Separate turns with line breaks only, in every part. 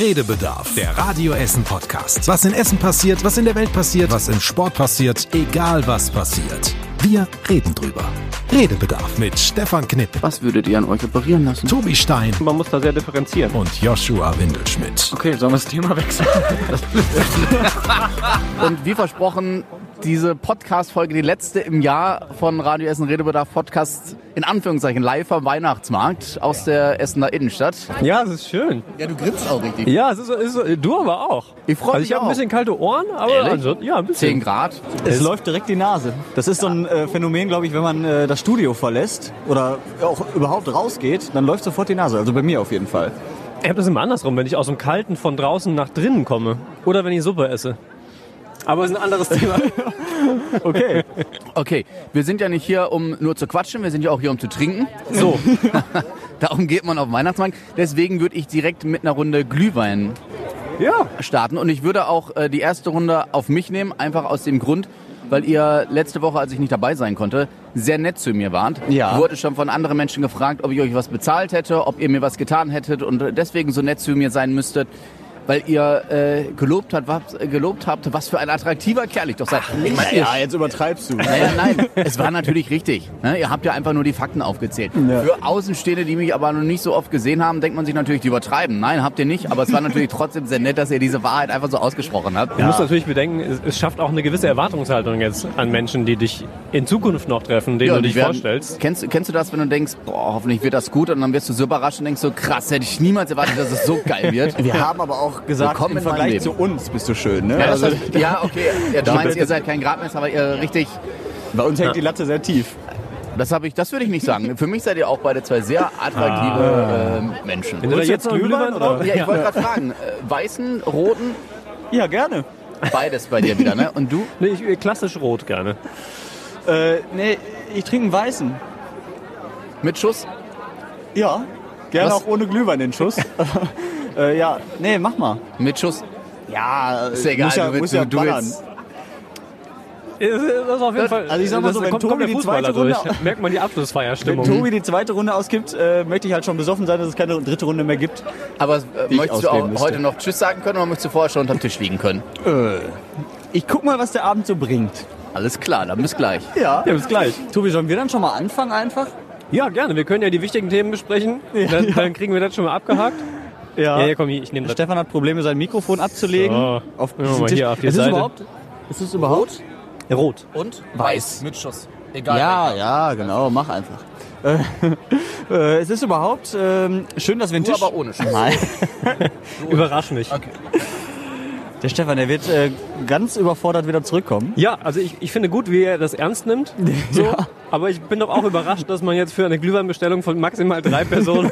Redebedarf. Der Radio Essen Podcast. Was in Essen passiert, was in der Welt passiert, was im Sport passiert, egal was passiert. Wir reden drüber. Redebedarf mit Stefan Knipp,
Was würdet ihr an euch operieren lassen?
Tobi Stein
Man muss da sehr differenzieren.
und Joshua Windelschmidt.
Okay, sollen wir das Thema wechseln? Und wie versprochen, diese Podcast-Folge, die letzte im Jahr von Radio Essen Redebedarf Podcast, in Anführungszeichen live am Weihnachtsmarkt aus der Essener Innenstadt.
Ja, es ist schön.
Ja, du grinst auch richtig.
Ja, es ist, es ist du aber auch.
Ich freu
also
mich
ich habe
auch.
ein bisschen kalte Ohren, aber
Ehrlich?
ansonsten, ja, ein
10
bisschen.
Grad.
Es läuft direkt die Nase. Das ist so ein äh, Phänomen, glaube ich, wenn man äh, das Studio verlässt oder auch überhaupt rausgeht, dann läuft sofort die Nase. Also bei mir auf jeden Fall.
Ich habe das immer andersrum, wenn ich aus dem Kalten von draußen nach drinnen komme oder wenn ich Suppe esse. Aber es ist ein anderes Thema.
Okay.
Okay, wir sind ja nicht hier, um nur zu quatschen, wir sind ja auch hier, um zu trinken.
So,
Darum geht man auf den Weihnachtsmarkt. Deswegen würde ich direkt mit einer Runde Glühwein
ja.
starten. Und ich würde auch äh, die erste Runde auf mich nehmen, einfach aus dem Grund, weil ihr letzte Woche, als ich nicht dabei sein konnte, sehr nett zu mir wart.
Ja.
Ich wurde schon von anderen Menschen gefragt, ob ich euch was bezahlt hätte, ob ihr mir was getan hättet und deswegen so nett zu mir sein müsstet. Weil ihr äh, gelobt, habt, was, gelobt habt, was für ein attraktiver Kerl ich doch seid. Ich meine,
Ja, jetzt übertreibst du.
naja, nein, es war natürlich richtig. Ne? Ihr habt ja einfach nur die Fakten aufgezählt.
Ja.
Für Außenstehende, die mich aber noch nicht so oft gesehen haben, denkt man sich natürlich, die übertreiben. Nein, habt ihr nicht. Aber es war natürlich trotzdem sehr nett, dass ihr diese Wahrheit einfach so ausgesprochen habt.
Du musst natürlich bedenken, es, es schafft auch eine gewisse Erwartungshaltung jetzt an Menschen, die dich in Zukunft noch treffen, denen
Ja,
du
die
dich
werden-
vorstellst.
Kennst, kennst du das, wenn du denkst, boah, hoffentlich wird das gut und dann wirst du so überrascht und denkst so, krass, hätte ich niemals erwartet, dass es so geil wird.
Wir haben aber auch gesagt,
Willkommen
im
in meinem
Vergleich
Leben.
zu uns bist du schön. Ne?
Ja,
also,
das- ja, okay. Ja,
Also,
du meinst, ihr seid kein Gradmesser, aber ihr richtig.
bei uns hängt die Latte sehr tief.
Das habe ich, das würde ich nicht sagen. Für mich seid ihr auch beide zwei sehr attraktive ähm, Menschen.
Ah. Wenn du da
Holst du
jetzt
jetzt
noch einen
Glühwein
Glühwein oder?
Ja, ich wollte gerade fragen, äh, weißen, roten,
Ja, gerne.
beides bei dir wieder, ne? Und du?
Nee, ich, äh, klassisch rot gerne.
Äh, nee, ich trinke einen weißen.
Mit Schuss?
Ja, gerne
Was?
auch ohne Glühwein den Schuss. äh, ja, nee, mach mal.
Mit Schuss.
Ja, äh,
Ist ja egal,
muss ja,
du willst-
muss ja
du
ballern.
willst-
Das ist auf jeden Fall.
Also ich sag mal
das-
so, wenn
kommt,
Tobi
kommt der
die
Fußballer
zweite Runde-
durch, merkt man die Abschlussfeierstimmung.
Wenn Tobi die zweite Runde ausgibt, äh, möchte ich halt schon besoffen sein, dass es keine dritte Runde mehr gibt.
Aber äh,
ich
möchtest du auch
auswählen müsste.
heute noch Tschüss sagen können oder möchtest du vorher schon unter Tisch liegen können?
Ich guck mal, was der Abend so bringt.
Alles klar, dann bis gleich.
Ja.
Ja, bis gleich.
Tobi, sollen wir dann schon mal anfangen einfach?
Ja, gerne. Wir können ja die wichtigen Themen besprechen. dann, dann kriegen wir das schon mal abgehakt. Ja, ja komm, ich nehme das.
Stefan hat Probleme, sein Mikrofon abzulegen.
So.
Auf
Ja,
diesen
mal
Tisch.
hier auf die
ist es
Seite.
überhaupt? Ist es überhaupt?
Rot.
Und?
Weiß.
Mit Schuss. Egal.
Ja, ja, genau, mach einfach. Äh, äh, es ist überhaupt ähm, schön, dass wir einen
Du
Tisch.
aber ohne Schuss.
Nein.
Überrasch mich.
Der Stefan, der wird äh, ganz überfordert wieder zurückkommen.
Ja, also ich, ich finde gut, wie er das ernst nimmt. So. Aber ich bin doch auch überrascht, dass man jetzt für eine Glühweinbestellung von maximal drei Personen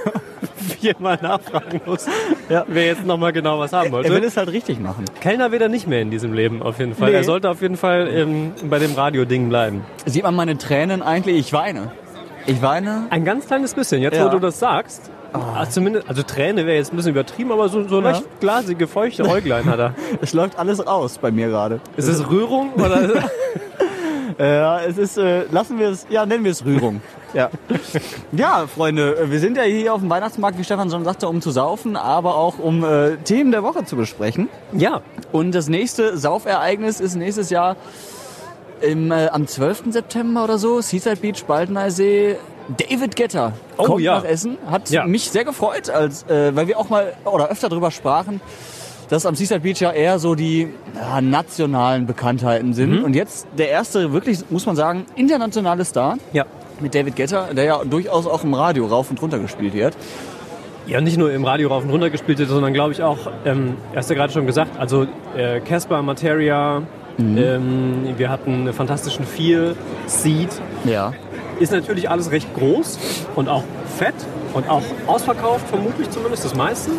viermal nachfragen muss,
Ja.
wer jetzt nochmal genau was haben
Er will
wollte.
es halt richtig machen.
Kellner wird er nicht mehr in diesem Leben auf jeden Fall.
Nee.
Er sollte auf jeden Fall ähm, bei dem Radio-Ding bleiben.
Sieht man meine Tränen eigentlich? Ich weine. Ich weine.
Ein ganz kleines bisschen, jetzt
Ja.
wo du das sagst. Also, zumindest, also Träne wäre jetzt ein bisschen übertrieben, aber so, so leicht glasige, feuchte Äuglein hat er.
Es läuft alles raus bei mir gerade.
Ist es Rührung oder?
Ja, es ist, äh, lassen wir es, ja, nennen wir es Rührung. ja. ja, Freunde, äh, wir sind ja hier auf dem Weihnachtsmarkt, wie Stefan schon sagte, um zu saufen, aber auch um äh, Themen der Woche zu besprechen.
ja,
Und das nächste Saufereignis ist nächstes Jahr im, äh, am 12. September oder so, Seaside Beach, Baldeneysee. David Getter
Oh,
kommt
ja.
nach Essen. Hat
Ja.
mich sehr gefreut, als, äh, weil wir auch mal oder öfter drüber sprachen, dass am Seaside Beach ja eher so die ja, nationalen Bekanntheiten sind.
Mhm.
Und jetzt der erste, wirklich, muss man sagen, internationale Star
ja.
mit David Getter, der ja durchaus auch im Radio rauf und runter gespielt wird.
Ja, nicht nur im Radio rauf und runter gespielt, sondern glaube ich auch, ähm, hast du ja gerade schon gesagt, also äh, Casper, Materia, ähm, wir hatten einen fantastischen Vier, Seed,
Ja.
ist natürlich alles recht groß und auch fett und auch ausverkauft, vermutlich zumindest das meiste.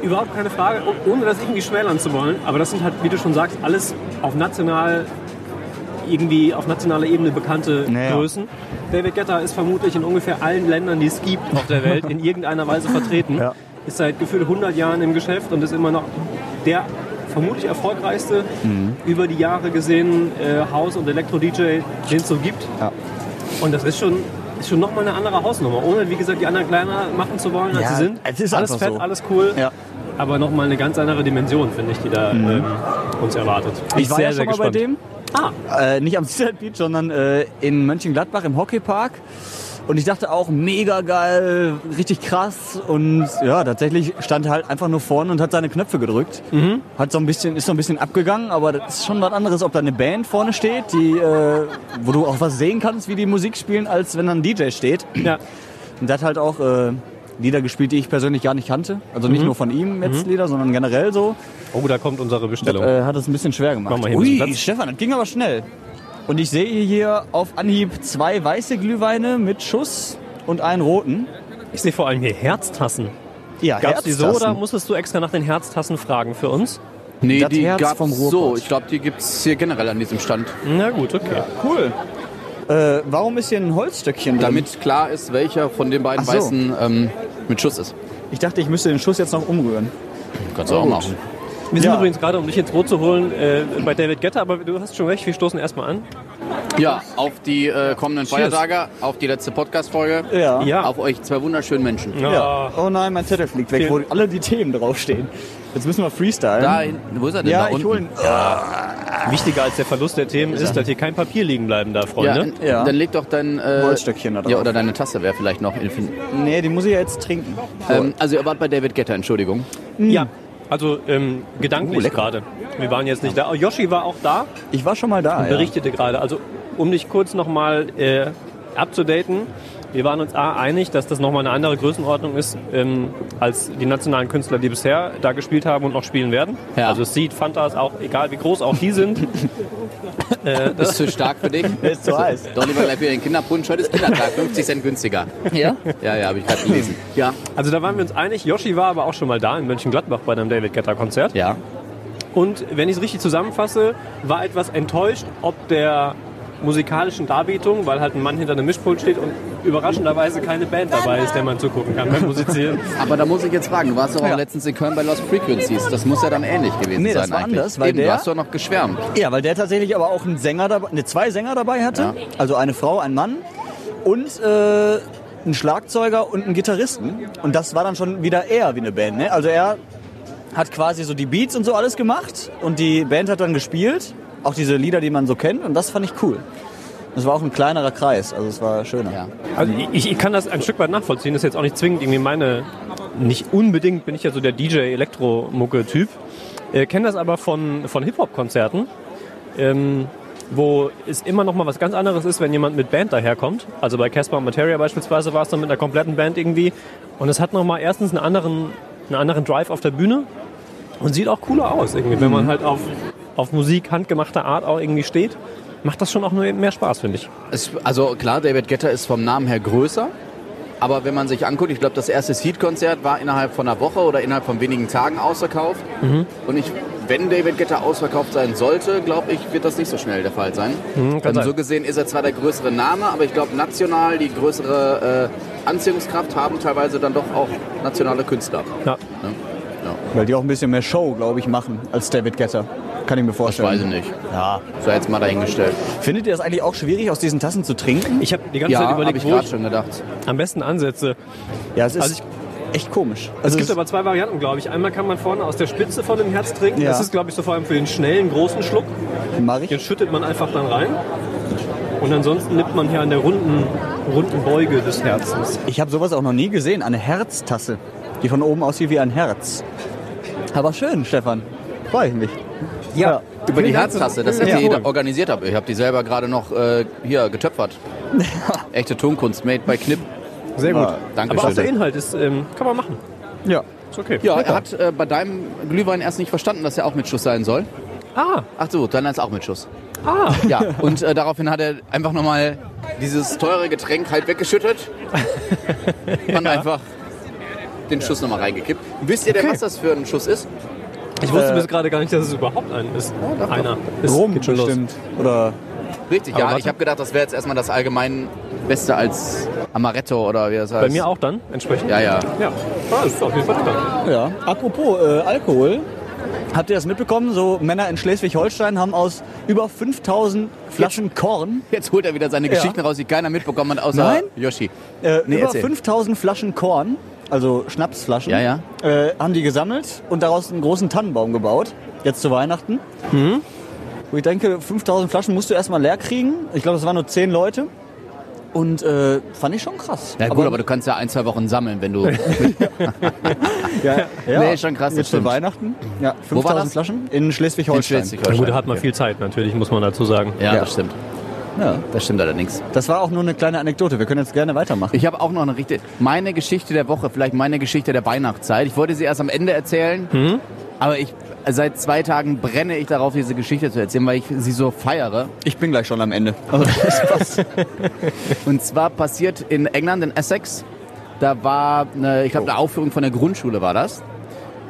Überhaupt keine Frage, oh- ohne das irgendwie schmälern zu wollen, aber das sind halt, wie du schon sagst, alles auf national irgendwie auf nationaler Ebene bekannte
Naja.
Größen. David Guetta ist vermutlich in ungefähr allen Ländern, die es gibt auf der Welt, in irgendeiner Weise vertreten.
Ja.
Ist seit gefühlt 100 Jahren im Geschäft und ist immer noch der vermutlich erfolgreichste über die Jahre gesehen äh, House- und Elektro-DJ, den es so gibt. Und das ist schon, ist schon nochmal eine andere Hausnummer, ohne wie gesagt die anderen kleiner machen zu wollen, als
Ja,
sie sind.
es ist
alles
einfach
fett,
so.
alles cool.
Ja. Mhm.
aber nochmal eine ganz andere Dimension, finde ich, die da ähm, uns erwartet. Bin
Ich war ja schon mal bei dem.
Ah,
äh, nicht am Seaside Beach, sondern äh, in Mönchengladbach im Hockeypark. Und ich dachte auch, mega geil, richtig krass. Und ja, tatsächlich stand er halt einfach nur vorne und hat seine Knöpfe gedrückt. Hat so ein bisschen, ist so ein bisschen abgegangen, aber das ist schon was anderes, ob da eine Band vorne steht, die, äh, wo du auch was sehen kannst, wie die Musik spielen, als wenn da ein DJ steht.
ja.
Und der hat halt auch äh, Lieder gespielt, die ich persönlich gar nicht kannte. Also nicht nur von ihm jetzt Lieder, sondern generell so.
Oh, da kommt unsere Bestellung.
Äh, hat es ein bisschen schwer gemacht.
Mach mal hier ein bisschen Platz.
Stefan, das ging aber schnell. Und ich sehe hier auf Anhieb zwei weiße Glühweine mit Schuss und einen roten.
ich sehe vor allem hier Herztassen.
Ja,
Gab's die so oder
äh. Herztassen.
musstest du extra nach den Herztassen fragen für uns?
Nee,
Das
die
Herz
gab's
vom Ruhrpott.
so. Ich glaube, die gibt's hier generell an diesem Stand.
Na gut, okay.
Cool. Äh, warum ist hier ein Holzstöckchen drin?
Damit klar ist, welcher von den beiden
Ach so.
Weißen ähm, mit Schuss ist.
Ich dachte, ich müsste den Schuss jetzt noch umrühren.
Kannst du auch
gut.
machen.
Wir sind
Ja.
übrigens gerade, um dich ins Boot zu holen, äh, bei David Getter, aber du hast schon recht, wir stoßen erstmal an.
Ja, auf die äh, kommenden
Cheers.
Feiertage, auf die letzte Podcast-Folge.
Ja.
Ja.
Auf euch zwei wunderschönen Menschen.
Ja. Oh nein, mein Zettel fliegt weg, wo
Vielen-
alle die Themen draufstehen. Jetzt müssen wir freestylen.
Da hinten, wo ist er denn?
ja,
da
ich
unten?
hole ihn. Ah.
Wichtiger als der Verlust der Themen ist, dass hier kein Papier liegen bleiben darf,
ja,
Freunde.
n-
Ja.
Dann leg doch dein äh,
Holzstöckchen da drauf.
Ja, oder deine Tasse wäre vielleicht noch. in-
Nee, die muss ich ja jetzt trinken. Hm. So.
Ähm, also ihr wart bei David Getter, Entschuldigung.
Ja, also ähm,
Oh,
gedanklich
lecker. Ah,
gerade. Wir waren jetzt nicht da. Oh, Yoshi war auch da,
ich war schon mal da. Ja.
berichtete gerade. Also um dich kurz nochmal äh, abzudaten. Wir waren uns A, einig, dass das nochmal eine andere Größenordnung ist, ähm, als die nationalen Künstler, die bisher da gespielt haben und noch spielen werden.
Ja.
Also Seed, Fantas, auch egal wie groß auch die sind.
Das ist zu stark für dich.
Der ist zu heiß.
Doch lieber gleich wieder den Kinderpunsch. Heute ist Kindertag, 50 Cent günstiger.
Ja?
Ja, ja, habe ich gerade gelesen. Ja,
Also da waren wir uns einig. Yoshi war aber auch schon mal da in Mönchengladbach bei einem David Guetta Konzert.
ja.
Und wenn ich es richtig zusammenfasse, war etwas enttäuscht ob der musikalischen Darbietung, weil halt ein Mann hinter einem Mischpult steht und überraschenderweise keine Band dabei ist, der man zugucken kann beim Musizieren.
Aber da muss ich jetzt fragen, du warst doch auch
Ja.
letztens in Köln bei Lost Frequencies. Das muss ja dann ähnlich gewesen
Nee,
sein
das war
eigentlich.
anders, weil
Eben, du
der-
hast doch noch geschwärmt.
Ja, weil der tatsächlich aber auch einen Sänger dabei, ne, zwei Sänger dabei hatte.
Ja.
Also eine Frau, ein Mann und äh, einen Schlagzeuger und einen Gitarristen. Und das war dann schon wieder eher wie eine Band. Ne? Also er hat quasi so die Beats und so alles gemacht und die Band hat dann gespielt. Auch diese Lieder, die man so kennt. Und das fand ich cool. Das war auch ein kleinerer Kreis, also es war schöner.
Ja.
Also ich, ich kann das ein Stück weit nachvollziehen, das ist jetzt auch nicht zwingend irgendwie meine, nicht unbedingt bin ich ja so der DJ-Elektromucke-Typ, äh, kenne das aber von, von Hip-Hop-Konzerten, ähm, wo es immer noch mal was ganz anderes ist, wenn jemand mit Band daherkommt. Also bei Casper und Materia beispielsweise war es dann mit einer kompletten Band irgendwie und es hat noch mal erstens einen anderen, einen anderen Drive auf der Bühne und sieht auch cooler aus irgendwie, wenn
Mhm.
man halt auf, auf Musik handgemachter Art auch irgendwie steht. Macht das schon auch nur mehr Spaß, finde ich.
Es, also klar, David Getter ist vom Namen her größer. Aber wenn man sich anguckt, ich glaube, das erste Seed-Konzert war innerhalb von einer Woche oder innerhalb von wenigen Tagen ausverkauft.
Mhm.
Und ich, wenn David Getter ausverkauft sein sollte, glaube ich, wird das nicht so schnell der Fall sein.
Mhm, kann
Ähm,
sein.
So gesehen ist er zwar der größere Name, aber ich glaube, national die größere äh, Anziehungskraft haben teilweise dann doch auch nationale Künstler.
Ja.
Ne? Ja,
Weil die auch ein bisschen mehr Show, glaube ich, machen als David Getter. Kann ich mir vorstellen.
weiß ich nicht.
Ja.
So jetzt mal dahingestellt.
Findet ihr das eigentlich auch schwierig, aus diesen Tassen zu trinken?
Ich habe die ganze
Ja,
Zeit
habe
überlegt,
ich
wo
gerade
ich
schon gedacht.
am besten ansetze.
Ja, es ist
Also
echt komisch.
Es
Also
gibt aber zwei Varianten, glaube ich. Einmal kann man vorne aus der Spitze von dem Herz trinken.
Ja.
Das ist, glaube ich, so vor allem für den schnellen, großen Schluck.
mach ich.
Den schüttet man einfach dann rein. Und ansonsten nimmt man hier an der runden, runden Beuge des Herzens.
Ich habe sowas auch noch nie gesehen. Eine Herztasse, die von oben aussieht wie ein Herz. Aber schön, Stefan. Freue ich mich. Ja.
Über die Herztasse, das hat
Ja.
sie da organisiert habe. Ich habe die selber gerade noch äh, hier getöpfert. Echte Tonkunst, made by Knipp.
Sehr gut.
Ja,
Ah, danke
Aber auch
schön.
der Inhalt ist, ähm, kann man machen.
Ja.
Ist okay.
Ja, er hat äh, bei deinem Glühwein erst nicht verstanden, dass er auch mit Schuss sein soll.
Ah,
Ach so, dann ist auch mit Schuss.
ah.
Ja, und äh, daraufhin hat er einfach nochmal dieses teure Getränk halt weggeschüttet und einfach den Schuss nochmal reingekippt. Wisst ihr denn, was das für ein Schuss ist?
Ich
Äh,
wusste bis gerade gar nicht, dass es überhaupt einen ist. Einer. Es
Rum
geht schon los.
bestimmt. Oder
Richtig,
Aber
ja.
warte.
Ich habe gedacht, das wäre jetzt erstmal das allgemein Beste als Amaretto oder wie das heißt.
Bei mir auch dann entsprechend.
Ja, ja.
Ja, ah, das ist auf jeden Fall dran.
ja. Apropos äh, Alkohol. Habt ihr das mitbekommen? So Männer in Schleswig-Holstein haben aus über 5000 Flaschen Korn,
Jetzt holt er wieder seine
Ja.
Geschichten raus, die keiner mitbekommen hat, außer
Nein.
Yoshi.
äh,
Nee,
über
erzähl.
5000 Flaschen Korn, also Schnapsflaschen,
Ja, ja.
Äh, haben die gesammelt und daraus einen großen Tannenbaum gebaut, jetzt zu Weihnachten.
Mhm.
Wo ich denke, 5000 Flaschen musst du erstmal leer kriegen. Ich glaube, das waren nur 10 Leute. Und äh, fand ich schon krass.
Ja, gut, aber du kannst ja ein, zwei Wochen sammeln, wenn du.
ja, ja.
Nee, schon krass, das
Jetzt für
stimmt.
Weihnachten. Ja,
Wo war
5000
das?
Flaschen in Schleswig-Holstein.
Na gut, da hat man viel Zeit natürlich, muss man dazu sagen.
Ja,
Ja.
das stimmt.
Ja.
Das stimmt allerdings.
Das war auch nur eine kleine Anekdote. Wir können jetzt gerne weitermachen.
Ich habe auch noch eine richtige. Meine Geschichte der Woche, vielleicht meine Geschichte der Weihnachtszeit. Ich wollte sie erst am Ende erzählen, aber ich seit zwei Tagen brenne ich darauf, diese Geschichte zu erzählen, weil ich sie so feiere.
Ich bin gleich schon am Ende. Also, das passt.
Und zwar passiert in England, in Essex, da war, eine, ich glaube, eine Aufführung von der Grundschule war das.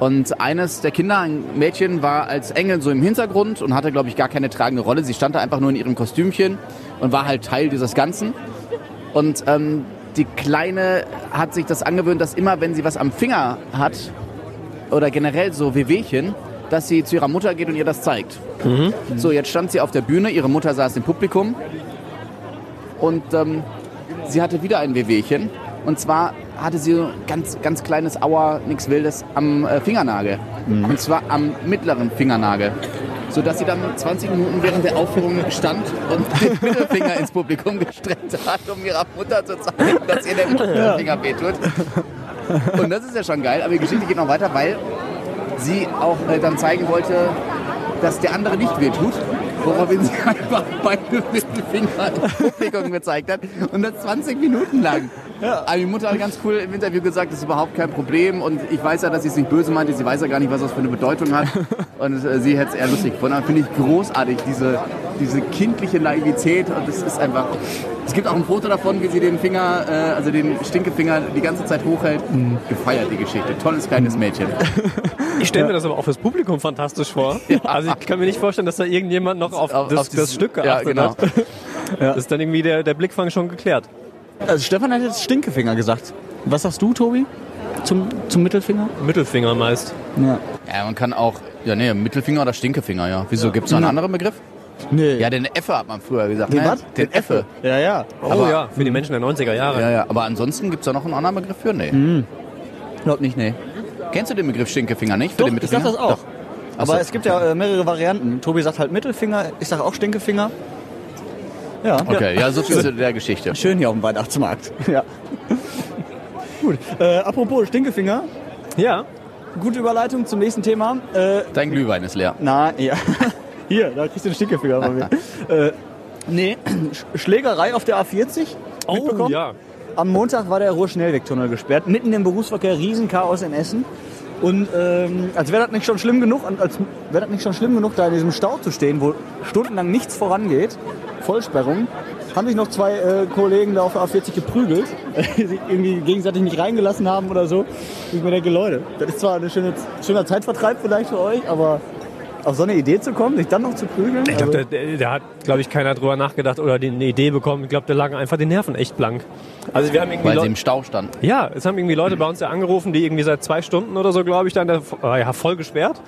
Und eines der Kinder, ein Mädchen, war als Engel so im Hintergrund und hatte, glaube ich, gar keine tragende Rolle. Sie stand da einfach nur in ihrem Kostümchen und war halt Teil dieses Ganzen. Und ähm, die Kleine hat sich das angewöhnt, dass immer, wenn sie was am Finger hat oder generell so Wehwehchen, dass sie zu ihrer Mutter geht und ihr das zeigt. So, jetzt stand sie auf der Bühne, ihre Mutter saß im Publikum und ähm, sie hatte wieder ein Wehwehchen. Und zwar hatte sie so ganz, ganz kleines Auer, nichts Wildes, am äh, Fingernagel. Und zwar am mittleren Fingernagel. Sodass sie dann 20 Minuten während der Aufführung stand und den Mittelfinger ins Publikum gestreckt hat, um ihrer Mutter zu zeigen, dass ihr der Mittelfinger wehtut. Und das ist ja schon geil, aber die Geschichte geht noch weiter, weil sie auch äh, dann zeigen wollte, dass der andere nicht wehtut, woraufhin sie einfach beide Mittelfinger im Publikum gezeigt hat und das 20 Minuten lang. Aber die Mutter hat ganz cool im Interview gesagt, das ist überhaupt kein Problem und ich weiß ja, dass sie es nicht böse meinte, sie weiß ja gar nicht, was das für eine Bedeutung hat und äh, sie hätte es eher lustig gefunden. Aber finde ich großartig, diese, diese kindliche Naivität und es ist einfach... Es gibt auch ein Foto davon, wie sie den Finger, äh, also den Stinkefinger die ganze Zeit hochhält. Gefeiert die Geschichte. Tolles kleines Mädchen.
Ich stelle mir das aber auch fürs Publikum fantastisch vor. Also ich kann mir nicht vorstellen, dass da irgendjemand noch auf,
Auf-
das,
auf dieses-
das Stück
ja,
geachtet
genau.
hat. Das ist dann irgendwie der, der Blickfang schon geklärt.
also Stefan hat jetzt Stinkefinger gesagt. Was sagst du, Tobi? Zum, zum Mittelfinger?
Mittelfinger meist.
Ja.
Ja, man kann auch, ja nee, Mittelfinger oder Stinkefinger, ja. Wieso, gibt's noch einen anderen Begriff?
Nee.
Ja, den Effe hat man früher gesagt.
den
ne?
was?
Den Effe.
Ja, ja.
Oh
Aber-
ja, für die Menschen der 90er Jahre.
Ja, ja, aber ansonsten gibt's da noch einen anderen Begriff für? Nee.
Mhm.
Glaub nicht, nee.
Kennst du den Begriff Stinkefinger nicht? Für
Doch,
den
ich sag
Mittelfinger?
das auch.
Doch.
Aber
so.
es gibt ja äh, mehrere Varianten. Tobi sagt halt Mittelfinger, ich sage auch Stinkefinger. Ja.
Okay, ja, so viel zu der Geschichte.
Schön hier auf dem Weihnachtsmarkt. Ja. Gut. Äh, apropos Stinkefinger,
ja.
gute Überleitung zum nächsten Thema. Äh,
Dein Glühwein ist leer.
Na, ja. Hier, da kriegst du einen Stinkefinger von mir. äh, nee, Sch Schlägerei auf der A40.
Oh
mitbekommen?
ja.
Am Montag war der Ruhr-Schnellwegtunnel gesperrt. Mitten im Berufsverkehr, Riesenchaos in Essen. Und ähm, als wäre das nicht schon schlimm genug, und als wäre das nicht schon schlimm genug, da in diesem Stau zu stehen, wo stundenlang nichts vorangeht, Vollsperrung, haben sich noch zwei äh, Kollegen da auf der A40 geprügelt, die sich irgendwie gegenseitig nicht reingelassen haben oder so. Und ich mir denke, Leute, das ist zwar ein schöne, schöner Zeitvertreib vielleicht für euch, aber auf so eine Idee zu kommen, sich dann noch zu prügeln.
Ich glaube,
also-
da, da da hat, glaube ich, keiner drüber nachgedacht oder die, eine Idee bekommen. Ich glaube, da lagen einfach die Nerven echt blank. Also wir haben irgendwie
Weil sie
Leute,
im Stau stand.
ja, es haben irgendwie Leute bei uns ja angerufen, die irgendwie seit zwei Stunden oder so, glaube ich, dann da, äh, ja, voll gesperrt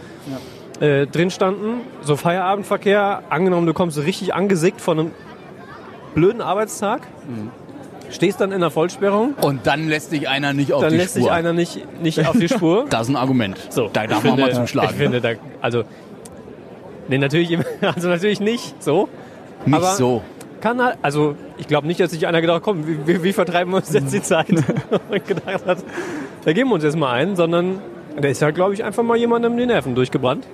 äh, drin standen. So Feierabendverkehr. Angenommen, du kommst richtig angesickt von einem blöden Arbeitstag,
Mhm.
stehst dann in der Vollsperrung,
Und dann lässt sich einer nicht auf
dann
die
lässt
Spur.
sich einer nicht nicht auf die Spur.
das ist ein Argument.
So,
da
ich
darf man
finde-
mal zum
Ich
Schlagen. ne?
finde, da, also, nee, natürlich, immer- also natürlich nicht so.
nicht
aber-
so.
Kann halt, also ich glaube nicht, dass sich einer gedacht hat, komm, wie- wie, wie vertreiben wir uns jetzt die Zeit? Und gedacht hat, da geben wir uns jetzt mal ein, sondern da ist halt, glaube ich, einfach mal jemandem die Nerven durchgebrannt.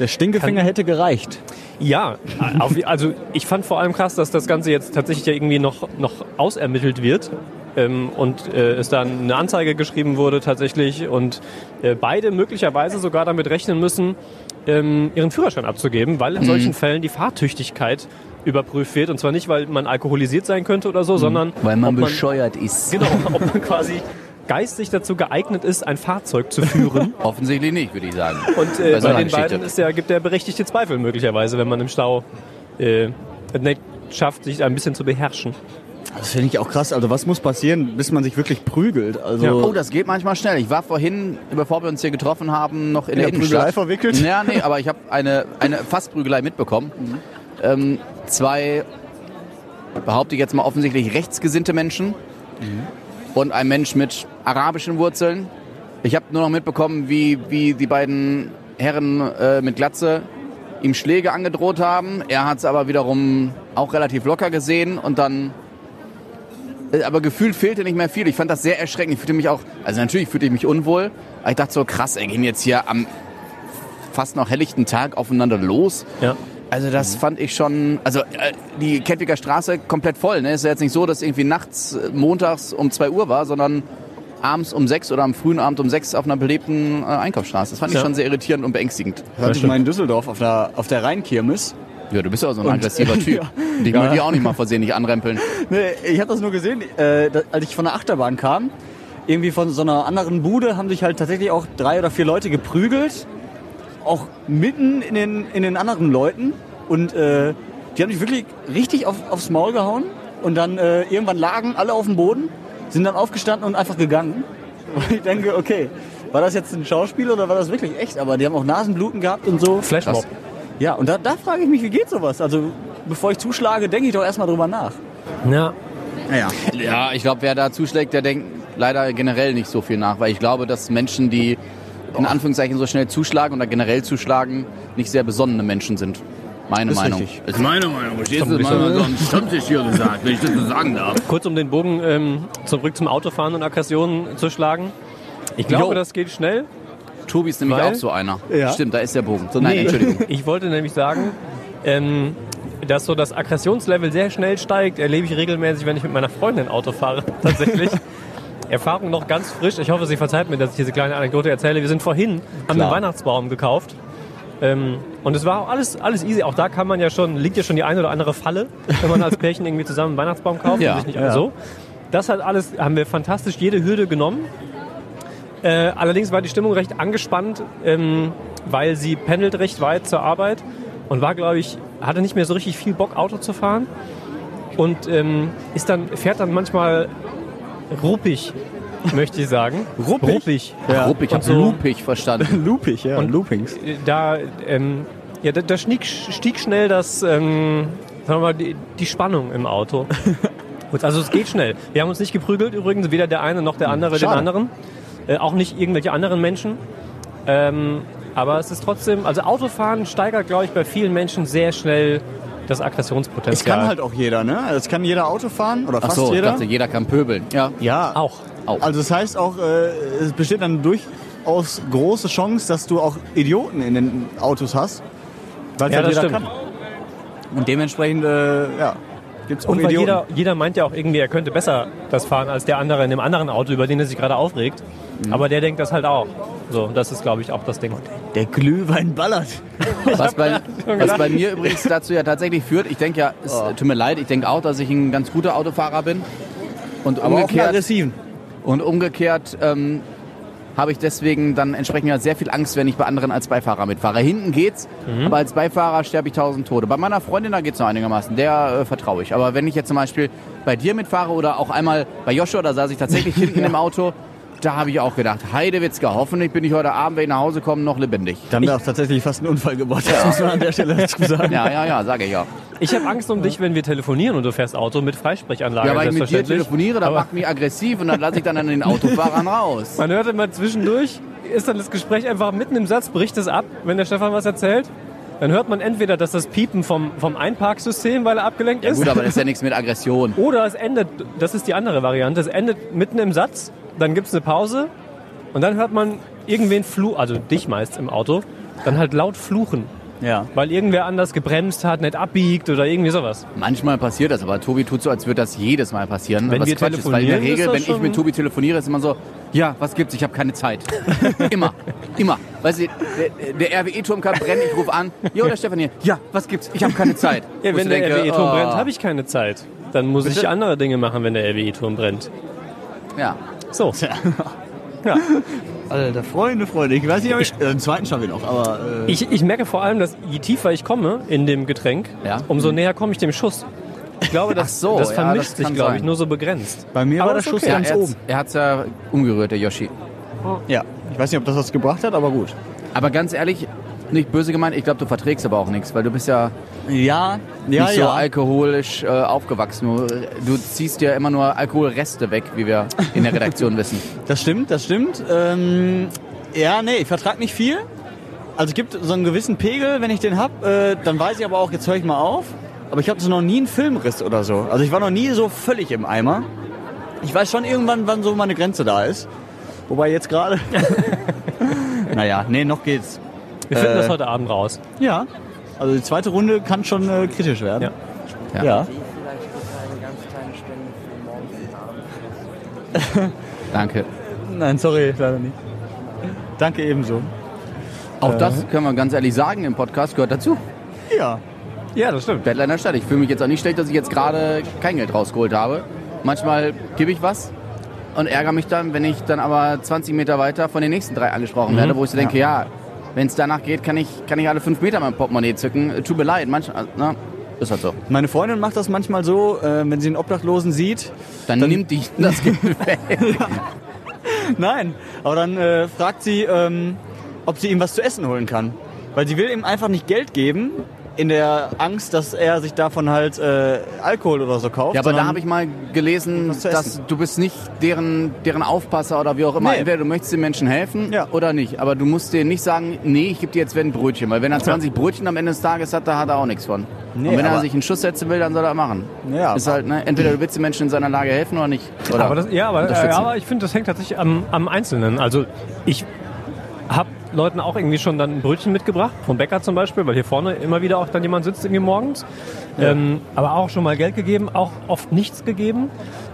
der Stinkefinger hätte gereicht.
Ja, auf, also ich fand vor allem krass, dass das Ganze jetzt tatsächlich ja irgendwie noch, noch ausermittelt wird. Ähm, und äh, es dann eine Anzeige geschrieben wurde tatsächlich und äh, beide möglicherweise sogar damit rechnen müssen, ähm, ihren Führerschein abzugeben, weil in
Mhm.
solchen Fällen die Fahrtüchtigkeit überprüft wird. Und zwar nicht, weil man alkoholisiert sein könnte oder so, sondern
Mhm. Weil man
ob man,
bescheuert ist.
genau, ob man quasi geistig dazu geeignet ist, ein Fahrzeug zu führen.
Offensichtlich nicht, würde ich sagen.
Und äh,
Bei so
bei
einer
den
Geschichte.
beiden ist der, gibt der berechtigte Zweifel möglicherweise, wenn man im Stau äh, es nicht schafft, sich ein bisschen zu beherrschen.
Das finde ich auch krass. Also was muss passieren, bis man sich wirklich prügelt? Also
Ja.
Oh, das geht manchmal schnell. Ich war vorhin, bevor wir uns hier getroffen haben, noch in, der,
der Prügelei
Innenstadt.
verwickelt?
Ja, nee, aber ich habe eine, eine Fassprügelei mitbekommen.
Mhm.
Ähm, zwei, behaupte ich jetzt mal offensichtlich, rechtsgesinnte Menschen
Mhm.
und ein Mensch mit arabischen Wurzeln. Ich habe nur noch mitbekommen, wie, wie die beiden Herren äh, mit Glatze ihm Schläge angedroht haben. Er hat es aber wiederum auch relativ locker gesehen und dann äh, aber gefühlt fehlte nicht mehr viel. Ich fand das sehr erschreckend. Ich fühlte mich auch, also natürlich fühlte ich mich unwohl, aber ich dachte so, krass, er ging jetzt hier am fast noch helllichten Tag aufeinander los.
Ja.
Also das fand ich schon, also äh, die Kettwiger Straße komplett voll. Ne? Ist ja jetzt nicht so, dass irgendwie nachts, äh, montags um 2 Uhr war, sondern abends um 6 oder am frühen Abend um 6 auf einer belebten äh, Einkaufsstraße. Das fand ich
Ja.
schon sehr irritierend und beängstigend.
hörte ich mal in Düsseldorf auf der, auf der Rheinkirmes.
Ja, du bist ja so ein aggressiver Typ.
Ja.
Dich
Ja.
möchte ich auch nicht mal versehentlich anrempeln.
Nee, ich habe das nur gesehen, äh, da, als ich von der Achterbahn kam. Irgendwie von so einer anderen Bude haben sich halt tatsächlich auch drei oder vier Leute geprügelt. Auch mitten in den, in den anderen Leuten. Und äh, die haben sich wirklich richtig auf, aufs Maul gehauen. Und dann äh, irgendwann lagen alle auf dem Boden, sind dann aufgestanden und einfach gegangen. Und ich denke, okay, war das jetzt ein Schauspiel oder war das wirklich echt? Aber die haben auch Nasenbluten gehabt und so.
Flashmob.
Ja, und da, da frage ich mich, wie geht sowas? Also bevor ich zuschlage, denke ich doch erstmal drüber nach.
Ja.
Naja.
Ja, ich glaube, wer da zuschlägt, der denkt leider generell nicht so viel nach, weil ich glaube, dass Menschen, die in Anführungszeichen so schnell zuschlagen oder generell zuschlagen, nicht sehr besonnene Menschen sind. Meine
Ist
Meinung. Also
richtig.
Ist
Meine Meinung, verstehst du? Das haben wir so am Stammtisch hier gesagt, wenn ich das so sagen darf.
Kurz um den Bogen ähm, zurück zum Autofahren und Aggressionen zu schlagen. Ich glaube,
Jo.
das geht schnell.
Tobi ist nämlich
Weil-
auch so einer.
Ja.
Stimmt, da ist der Bogen. Nein, Entschuldigung.
Ich wollte nämlich sagen, ähm, dass so das Aggressionslevel sehr schnell steigt, erlebe ich regelmäßig, wenn ich mit meiner Freundin Auto fahre. Tatsächlich. Erfahrung noch ganz frisch. Ich hoffe, sie verzeiht mir, dass ich diese kleine Anekdote erzähle. Wir sind vorhin, haben
Klar.
einen Weihnachtsbaum gekauft. Ähm, und es war auch alles, alles easy. Auch da kann man ja schon, liegt ja schon die eine oder andere Falle, wenn man als Pärchen irgendwie zusammen einen Weihnachtsbaum kauft.
Ja,
und sich nicht so. Das hat alles, haben wir fantastisch jede Hürde genommen. Äh, allerdings war die Stimmung recht angespannt, ähm, weil sie pendelt recht weit zur Arbeit und war, glaube ich, hatte nicht mehr so richtig viel Bock, Auto zu fahren. Und ähm, ist dann, fährt dann manchmal ruppig, möchte ich sagen.
Ruppig?
Ruppig.
Ja.
Ruppig, ich habe
Und so-
lupig verstanden.
Loopig, ja. Und Loopings.
da, ähm, ja, da, da stieg, stieg schnell das, ähm, sagen wir mal, die, die Spannung im Auto. Gut, also es geht schnell. Wir haben uns nicht geprügelt übrigens, weder der eine noch der andere
Hm, Schade.
den anderen. Äh, auch nicht irgendwelche anderen Menschen. Ähm, aber es ist trotzdem, also Autofahren steigert, glaube ich, bei vielen Menschen sehr schnell das Aggressionspotenzial.
Es kann halt auch jeder, ne? Es kann jeder Auto fahren oder
Ach
fast
so, ich
jeder.
dachte, jeder kann pöbeln. Ja.
ja,
Auch.
Auch.
Also das heißt auch, äh, es besteht dann durchaus große Chance, dass du auch Idioten in den Autos hast, weil
Ja,
halt
das
jeder
stimmt.
kann. Und dementsprechend, äh, ja, gibt's auch
Und weil
Idioten.
jeder, jeder meint ja auch irgendwie, er könnte besser das fahren als der andere in dem anderen Auto, über den er sich gerade aufregt.
Mhm.
Aber der denkt das halt auch. So, das ist, glaube ich, auch das Ding.
Der Glühwein ballert.
Was bei,
schon
was bei
gedacht.
mir übrigens dazu ja tatsächlich führt, ich denke ja, es tut mir leid, ich denke auch, dass ich ein ganz guter Autofahrer bin. Und umgekehrt,
aggressiven.
und umgekehrt ähm, habe ich deswegen dann entsprechend ja sehr viel Angst, wenn ich bei anderen als Beifahrer mitfahre. Hinten geht's,
Mhm.
aber als Beifahrer sterbe ich tausend Tode. Bei meiner Freundin, da geht's noch einigermaßen, der äh, vertraue ich. Aber wenn ich jetzt zum Beispiel bei dir mitfahre oder auch einmal bei Joshua, da saß ich tatsächlich hinten im Auto, da habe ich auch gedacht, Heidewitzka, hoffentlich bin ich heute Abend, wenn ich nach Hause komme, noch lebendig.
Dann wäre auch tatsächlich fast ein Unfall gebaut, das muss man an der Stelle dazu sagen.
Ja, ja, ja, sage ich ja.
Ich habe Angst um dich, wenn wir telefonieren und du fährst Auto mit Freisprechanlage.
Ja, weil ich mit dir
selbstverständlich.
telefoniere, da
Aber
macht mich aggressiv und dann lasse ich dann an den Autofahrern raus.
Man hört immer zwischendurch, ist dann das Gespräch einfach mitten im Satz, bricht es ab, wenn der Stefan was erzählt. Dann hört man entweder, dass das Piepen vom, vom Einparksystem, weil er abgelenkt ist,
Gut, aber das ist ja nichts mit Aggression.
oder es endet, das ist die andere Variante, es endet mitten im Satz, dann gibt es eine Pause und dann hört man irgendwen fluchen, also dich meist im Auto, dann halt laut fluchen,
Ja.
weil irgendwer anders gebremst hat, nicht abbiegt oder irgendwie sowas.
Manchmal passiert das, aber Tobi tut so, als würde das jedes Mal passieren.
Wenn
was
wir
Quatsch ist, weil in der
telefonieren, ist
Regel,
das
wenn ich
schon-
mit Tobi telefoniere, ist immer so, ja, was gibt's, ich habe keine Zeit. immer, immer. Weißt du, der, der RWE-Turm kann brennen, ich rufe an, jo, der Stefan hier, ja, was gibt's, ich habe keine Zeit.
Ja,
Wo ich
wenn
so
der
denke,
RWE-Turm
oh,
brennt, habe ich keine Zeit. Dann muss ich
Bitte?
andere Dinge machen, wenn der RWE-Turm brennt.
Ja.
So. Ja.
Alter, Freunde, Freunde. Ich weiß nicht, ob ich... Äh, den zweiten schaffen wir noch, aber... Äh,
Ich, ich merke vor allem, dass je tiefer ich komme in dem Getränk,
Ja. Mhm.
umso näher komme ich dem Schuss. glaube,
Ach
das,
so,
das
ja,
vermischt
das kann
sich, glaube ich,
sein.
nur so begrenzt.
Bei mir
Aber
war der
ist
Schuss
okay.
ganz
er
oben.
hat's- er hat's ja umgerührt, der Yoshi.
Ja. Ich weiß nicht, ob das was gebracht hat, aber gut.
Aber ganz ehrlich, nicht böse gemeint, ich glaube, du verträgst aber auch nichts, weil du bist ja
Ja, ja,
nicht so
ja.
alkoholisch äh, aufgewachsen. Du, du ziehst ja immer nur Alkoholreste weg, wie wir in der Redaktion wissen.
Das stimmt, das stimmt. Ähm, ja, nee, ich vertrag nicht viel. Also es gibt so einen gewissen Pegel, wenn ich den hab, äh, dann weiß ich aber auch, jetzt höre ich mal auf. Aber ich hatte so noch nie einen Filmriss oder so. Also ich war noch nie so völlig im Eimer. Ich weiß schon irgendwann, wann so meine Grenze da ist. Wobei jetzt gerade. naja, nee, noch geht's.
Wir finden
Äh,
das heute Abend raus.
Ja. Also die zweite Runde kann schon äh, kritisch werden.
Ja.
ja.
Vielleicht gibt es eine ganz kleine Spende für morgen den Abend.
Danke.
Nein, sorry, leider nicht. Danke ebenso.
Auch das können wir ganz ehrlich sagen im Podcast, gehört dazu.
Ja.
Ja, das stimmt.
Bettler in der Stadt. Ich fühle mich jetzt auch nicht schlecht, dass ich jetzt gerade kein Geld rausgeholt habe. Manchmal gebe ich was und ärgere mich dann, wenn ich dann aber 20 Meter weiter von den nächsten drei angesprochen werde, wo ich so denke, Mhm. ja, wenn es danach geht, kann ich, kann ich alle fünf Meter mein Portemonnaie zücken. Äh, Tut mir leid, manchmal, na, ist halt so.
Meine Freundin macht das manchmal so, äh, wenn sie einen Obdachlosen sieht.
Dann, nimmt die das Geld weg.
Nein, aber dann äh, fragt sie, ähm, ob sie ihm was zu essen holen kann. Weil sie will ihm einfach nicht Geld geben, in der Angst, dass er sich davon halt äh, Alkohol oder so kauft.
Ja, aber da
sondern-
habe ich mal gelesen,
Was zu
dass
essen.
du bist nicht deren, deren Aufpasser oder wie auch immer.
Nee.
Entweder du möchtest den Menschen helfen
Ja.
oder nicht. Aber du musst dir nicht sagen, nee, ich gebe dir jetzt wenn ein Brötchen. Weil wenn er 20 Brötchen am Ende des Tages hat, da hat er auch nichts von.
Nee,
Und wenn er
aber-
sich einen Schuss setzen will, dann soll er machen.
Ja,
Ist halt, ne? Entweder du willst den Menschen in seiner Lage helfen oder nicht. Oder
Aber das, ja, aber, äh,
unterstützen.
aber ich finde, das hängt tatsächlich am, am Einzelnen. Also ich habe Leuten auch irgendwie schon dann ein Brötchen mitgebracht, vom Bäcker zum Beispiel, weil hier vorne immer wieder auch dann jemand sitzt irgendwie morgens. Ähm, aber auch schon mal Geld gegeben, auch oft nichts gegeben.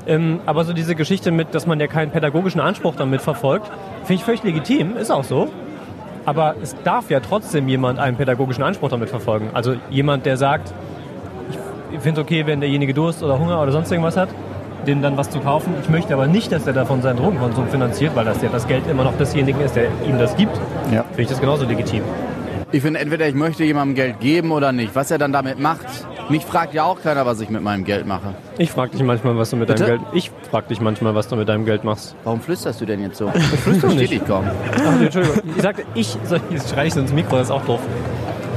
Ähm, aber so diese Geschichte mit, dass man ja keinen pädagogischen Anspruch damit verfolgt, finde ich völlig legitim, ist auch so. Aber es darf ja trotzdem jemand einen pädagogischen Anspruch damit verfolgen. Also jemand, der sagt, ich finde es okay, wenn derjenige Durst oder Hunger oder sonst irgendwas hat, dem dann was zu kaufen. Ich möchte aber nicht, dass er davon seinen Drogenkonsum finanziert, weil das ja das Geld immer noch desjenigen ist, der ihm das gibt.
Ja.
Finde ich das genauso legitim.
ich finde, entweder ich möchte jemandem Geld geben oder nicht. Was er dann damit macht, mich fragt ja auch keiner, was ich mit meinem Geld mache.
Ich frage dich manchmal, was du mit
Bitte?
deinem Geld. Ich frag dich manchmal, was du mit deinem Geld machst.
Warum flüsterst du denn jetzt so? Ich flüstere
nicht.
Ich kaum.
Ach, nee, Entschuldigung. Ich sagte, ich. so, Jetzt schreie ich so ins Mikro, das ist auch doof.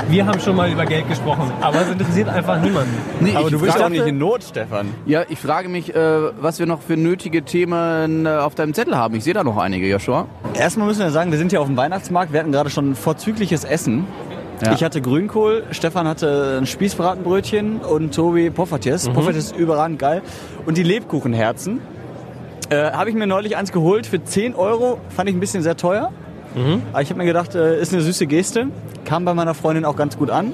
Wir haben schon mal über Geld gesprochen, aber es interessiert einfach niemanden.
Nee,
aber
ich
du bist
frage-
doch nicht in Not, Stefan.
Ja, ich frage mich, äh, was wir noch für nötige Themen äh, auf deinem Zettel haben. Ich sehe da noch einige, Joshua.
Erstmal müssen wir sagen, wir sind hier auf dem Weihnachtsmarkt. Wir hatten gerade schon vorzügliches Essen.
Ja.
Ich hatte Grünkohl, Stefan hatte ein Spießbratenbrötchen und Tobi Poffertjes.
Mhm.
Poffertjes ist überragend geil. Und die Lebkuchenherzen. Äh, Habe ich mir neulich eins geholt für 10 Euro. Fand ich ein bisschen sehr teuer.
Mhm.
Aber ich habe mir gedacht, äh, ist eine süße Geste. Kam bei meiner Freundin auch ganz gut an.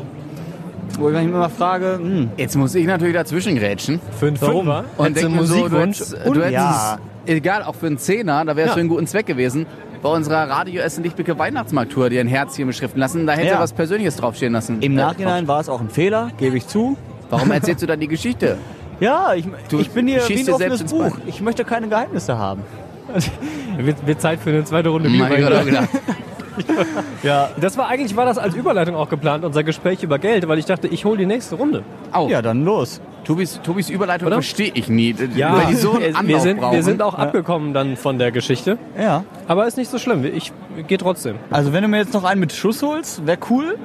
Wo ich mich immer frage, hm,
Jetzt muss ich natürlich dazwischen grätschen.
Fünf. Fünfer?
Und
Hättest du
denk mir so, du hättest,
Musikwunsch?
du hättest
ja.
es, egal, auch für einen Zehner, da wäre es
Ja.
für einen guten Zweck gewesen, bei unserer Radio Essen Lichtblicke Weihnachtsmarkttour dir ein Herz hier beschriften lassen. Da hätte
Ja.
was Persönliches draufstehen lassen.
im
Äh,
Nachhinein war es auch ein Fehler, gebe ich zu.
drauf. Warum erzählst du dann die Geschichte?
Ja, ich, ich bin hier wie
schießt
ein
dir selbst
offenes
ins
Buch.
Bein.
Ich möchte keine Geheimnisse haben.
Wird, wird Zeit für eine zweite Runde
Mein
Glühwein.
Gott, hab ich gedacht.
Ja, das war eigentlich war das als Überleitung auch geplant, unser Gespräch über Geld, weil ich dachte, ich hole die nächste Runde.
Au,
Ja, dann los.
Tobis, Tobis Überleitung
Oder?
verstehe ich nie. Weil die so einen
wir,
Anlauf
sind,
brauchen.
wir sind auch abgekommen dann von der Geschichte,
Ja.
aber ist nicht so schlimm. Ich gehe trotzdem.
Also wenn du mir jetzt noch einen mit Schuss holst, wäre cool,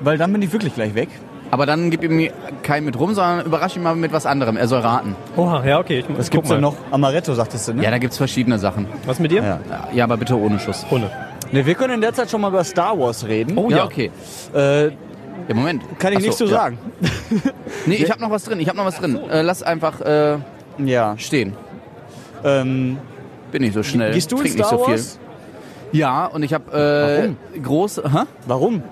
weil dann bin ich wirklich gleich weg.
Aber dann gib ihm keinen mit rum, sondern überrasch ihn mal mit was anderem. Er soll raten.
Oha, ja okay. Ich,
Was gibt's denn noch? Amaretto, sagtest du, ne?
Ja, da gibt's verschiedene Sachen.
Was mit dir?
Ja.
Ja, aber bitte ohne Schuss.
Ohne.
Ne, wir können in der Zeit schon mal über Star Wars reden.
Oh
ja,
ja.
okay.
Äh,
Ja, Moment.
kann ich
Ach so,
nichts zu
ja.
sagen.
Nee, ich habe noch was drin. Ich habe noch was drin. Äh, lass einfach äh,
Ja.
stehen.
Ähm,
Bin nicht so schnell.
gehst du in
Äh, Trink
Star
nicht so viel.
Wars?
Ja, und ich habe äh, groß, hä?
Warum?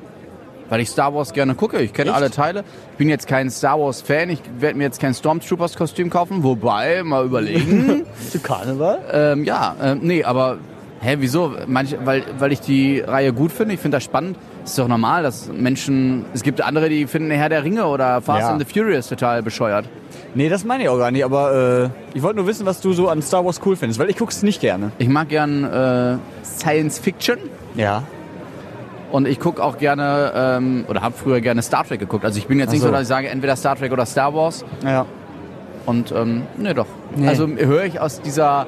weil ich Star Wars gerne gucke. Ich kenne
Echt?
alle Teile. Ich bin jetzt kein Star Wars Fan. Ich werde mir jetzt kein Stormtroopers Kostüm kaufen. Wobei, mal überlegen.
Zu Karneval?
ähm, ja, äh, nee, aber hä, wieso? Manch, weil, weil ich die Reihe gut finde. Ich finde das spannend. Ist doch normal, dass Menschen. Es gibt andere, die finden Herr der Ringe oder Fast
Ja.
and the Furious total bescheuert.
Nee, das meine ich auch gar nicht, aber äh, ich wollte nur wissen, was du so an Star Wars cool findest, weil ich guck's nicht gerne.
Ich mag gern äh, Science Fiction.
Ja.
Und ich gucke auch gerne, ähm, oder habe früher gerne Star Trek geguckt. Also ich bin jetzt nicht so,
Ach so.
dass ich sage, entweder Star Trek oder Star Wars.
Ja.
Und ähm, ne doch. Also höre ich aus dieser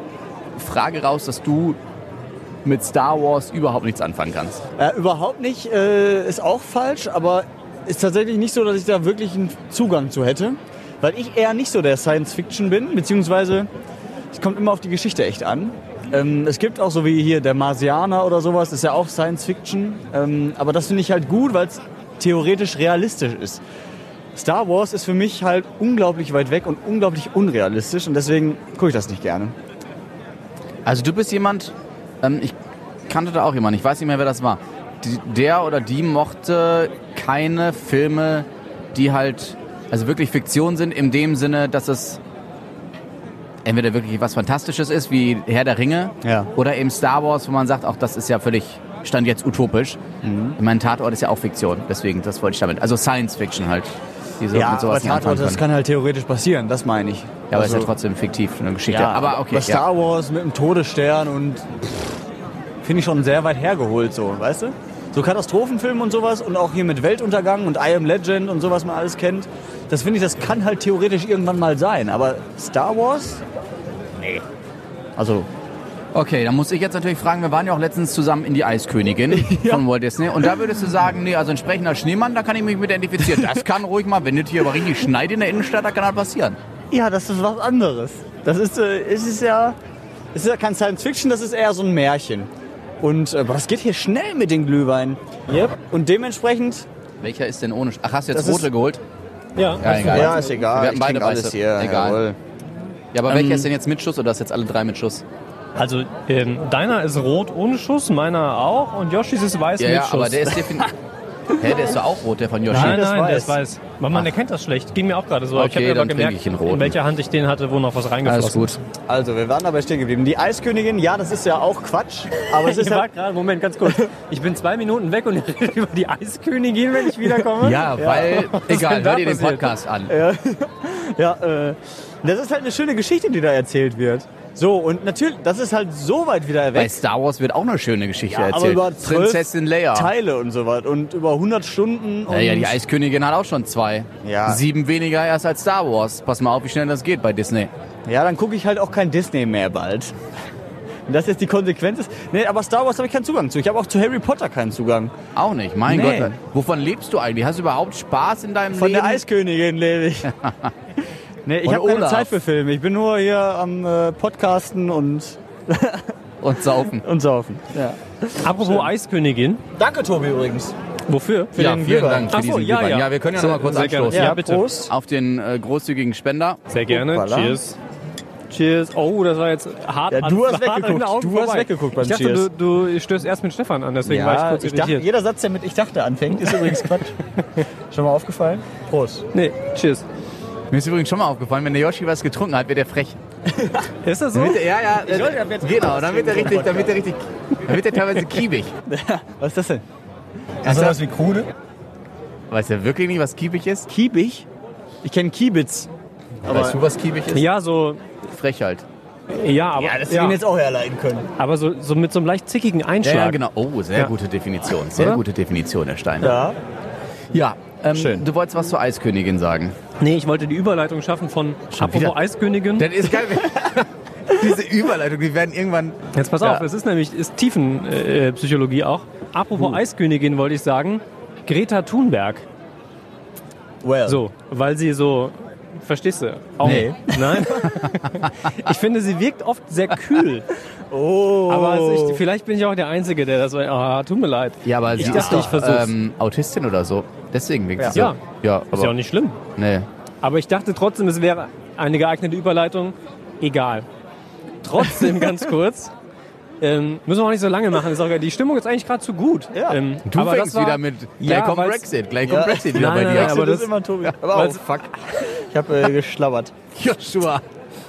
Frage raus, dass du mit Star Wars überhaupt nichts anfangen kannst.
Äh, überhaupt nicht, äh, ist auch falsch, aber ist tatsächlich nicht so, dass ich da wirklich einen Zugang zu hätte, weil ich eher nicht so der Science Fiction bin, beziehungsweise es kommt immer auf die Geschichte echt an. Ähm, es gibt auch so wie hier der Marsianer oder sowas, ist ja auch Science Fiction, ähm, aber das finde ich halt gut, weil es theoretisch realistisch ist. Star Wars ist für mich halt unglaublich weit weg und unglaublich unrealistisch und deswegen gucke ich das nicht gerne.
Also du bist jemand, ähm, ich kannte da auch jemanden, ich weiß nicht mehr, wer das war. Die, der oder die mochte keine Filme, die halt, also wirklich Fiktion sind, in dem Sinne, dass es entweder wirklich was Fantastisches ist, wie Herr der Ringe,
Ja.
oder eben Star Wars, wo man sagt, auch das ist ja völlig, stand jetzt utopisch.
Mhm.
Ich meine, Tatort ist ja auch Fiktion, deswegen, das wollte ich damit. Also Science Fiction halt. Die so mit sowas nicht anfangen
das
können.
kann halt theoretisch passieren, das meine ich. Also,
Ja, aber ist ja trotzdem fiktiv, eine Geschichte. aber okay.
Bei
ja.
Star Wars mit dem Todesstern und pff, finde ich schon sehr weit hergeholt so, weißt du? So Katastrophenfilme und sowas und auch hier mit Weltuntergang und I Am Legend und sowas man alles kennt. Das finde ich, das kann halt theoretisch irgendwann mal sein. Aber Star Wars? Nee. Also,
Okay, dann muss ich jetzt natürlich fragen, wir waren ja auch letztens zusammen in die Eiskönigin von Walt Disney und da würdest du sagen, nee, also entsprechender Schneemann, da kann ich mich mit identifizieren. Das kann ruhig mal, wenn es hier aber richtig schneit in der Innenstadt, da kann das passieren.
ja, das ist was anderes. Das ist, äh, es ist ja, es ist ja kein Science Fiction, das ist eher so ein Märchen. Und äh, boah, das geht hier schnell mit den Glühwein. Yep. Und dementsprechend
Welcher ist denn ohne Sch Ach, hast du jetzt
Das ist-
rote geholt?
Ja. also-
egal.
Ja, ist egal.
Wir hatten
Ich
beide
trink alles
weiße.
hier.
Egal.
Jawohl.
Ja, aber welcher ist denn jetzt mit Schuss oder ist jetzt alle drei mit Schuss?
Also ähm, deiner ist rot ohne Schuss, meiner auch und Yoshis ist weiß
Ja,
mit
ja,
Schuss.
aber der ist definitiv... Hä, der ist doch auch rot, der von Yoshi.
Nein,
ist
nein, der ist
weiß.
weiß. Man, man erkennt das schlecht. Ging mir auch gerade so. ich
Okay,
habe aber
dann trinke
gemerkt,
ich den roten.
in welcher Hand ich den hatte, wo noch was reingeflossen
Alles gut.
Also, wir waren dabei stehen geblieben. Die Eiskönigin, ja, das ist ja auch Quatsch. Aber es ist halt,
Ich war
ja,
gerade, Moment, ganz kurz. Ich bin zwei Minuten weg und ihr redet über die Eiskönigin, wenn ich wiederkomme.
Ja, weil... Egal,
denn da
hör dir den
passiert?
Podcast an.
ja, äh, das ist halt eine schöne Geschichte, die da erzählt wird. So, und natürlich, das ist halt so weit wieder
Bei
weg.
Star Wars wird auch eine schöne Geschichte
aber
erzählt.
über zwölf
Prinzessin Leia.
Teile und so was. Und über 100 Stunden. Und
Naja, die Eiskönigin hat auch schon zwei.
Ja.
Sieben weniger erst als Star Wars. Pass mal auf, wie schnell das geht bei Disney.
ja, dann gucke ich halt auch kein Disney mehr bald. Und das jetzt die Konsequenz ist. Nee, aber Star Wars habe ich keinen Zugang zu. Ich habe auch zu Harry Potter keinen Zugang.
Auch nicht, mein
Nee.
Gott. Wovon lebst du eigentlich? Hast du überhaupt Spaß in deinem
Von
Leben?
der Eiskönigin lebe ich. nee, ich
Von
habe keine
Olaf.
Zeit für Filme. Ich bin nur hier am äh, Podcasten und,
Und saufen.
und Saufen.
Apropos Eiskönigin.
Danke, Tobi, übrigens.
Wofür? Für
ja,
den
vielen
Glühwein.
Dank für
Ach so,
diesen
ja,
Glühwein.
ja.
ja, wir können ja noch mal kurz
Sehr gerne.
anstoßen.
Ja,
Ja, bitte.
Prost.
Auf den äh, großzügigen Spender.
Sehr gerne.
Hoppala.
Cheers. Cheers. Oh, das war jetzt hart.
Ja, du
an-
hast
hart an den
weggeguckt.
Augen
Du hast
vorbei.
weggeguckt beim
ich dachte,
Cheers.
Du, du stößt erst mit Stefan an, deswegen war ich kurz
ich dachte,
irritiert.
jeder Satz, der mit Ich dachte anfängt, ist übrigens Quatsch. Schon mal aufgefallen? Prost.
nee, Cheers.
Mir ist übrigens schon mal aufgefallen, wenn der Yoshi was getrunken hat, wird er frech.
Ist das so?
Wird er- ja, ja. äh,
wollte, ich hab jetzt
genau, dann wird er richtig, dann wird er richtig, dann wird er teilweise kiebig.
Was ist das denn? Also, Ist das was wie Krude?
Weißt du wirklich nicht, was kiebig ist?
Kiebig? Ich kenne Kiebitz.
weißt du, was kiebig ist?
Ja, so.
Frech halt.
Ja, aber, ja.
auch herleiten können.
aber so, so mit so einem leicht zickigen Einschlag.
Ja, ja, genau. Oh, sehr
Ja.
gute Definition. Sehr
Oder?
gute Definition, Herr Steiner.
Ja.
Ja, ähm,
Schön.
du wolltest was zur Eiskönigin sagen.
Nee, ich wollte die Überleitung schaffen von Apropos
wieder?
Eiskönigin.
Das ist geil. Diese Überleitung, die werden irgendwann.
Jetzt pass
Ja.
auf, es ist nämlich ist Tiefenpsychologie äh, Psychologie auch. Apropos Eiskönigin wollte ich sagen, Greta Thunberg.
Well.
So, weil sie so, verstehst du? Auch
Nee.
Nein? ich finde, sie wirkt oft sehr kühl.
Oh.
Aber also ich, vielleicht bin ich auch der Einzige, der das so, ah, tut mir leid.
Ja, aber sie
dachte,
ist doch
ich versuch's.
ähm, Autistin oder so. Deswegen wegen
Ja.
so.
Ja.
ja, aber
Ist ja auch nicht schlimm.
nee.
Aber ich dachte trotzdem, es wäre eine geeignete Überleitung. Egal. Trotzdem ganz kurz. Ähm, müssen wir auch nicht so lange machen. Ist auch, egal. die Stimmung ist eigentlich gerade zu gut.
Ja.
Ähm,
Du
aber
fängst
das war,
wieder mit. Gleich
Ja,
kommt
weil's-
Brexit. Gleich kommt
Ja.
Brexit wieder
Nein,
bei dir.
nein,
aber
aber
das
das-
ist immer Tobi. Aber oh,
weil's-
fuck. Ich habe äh, geschlabbert.
Joshua,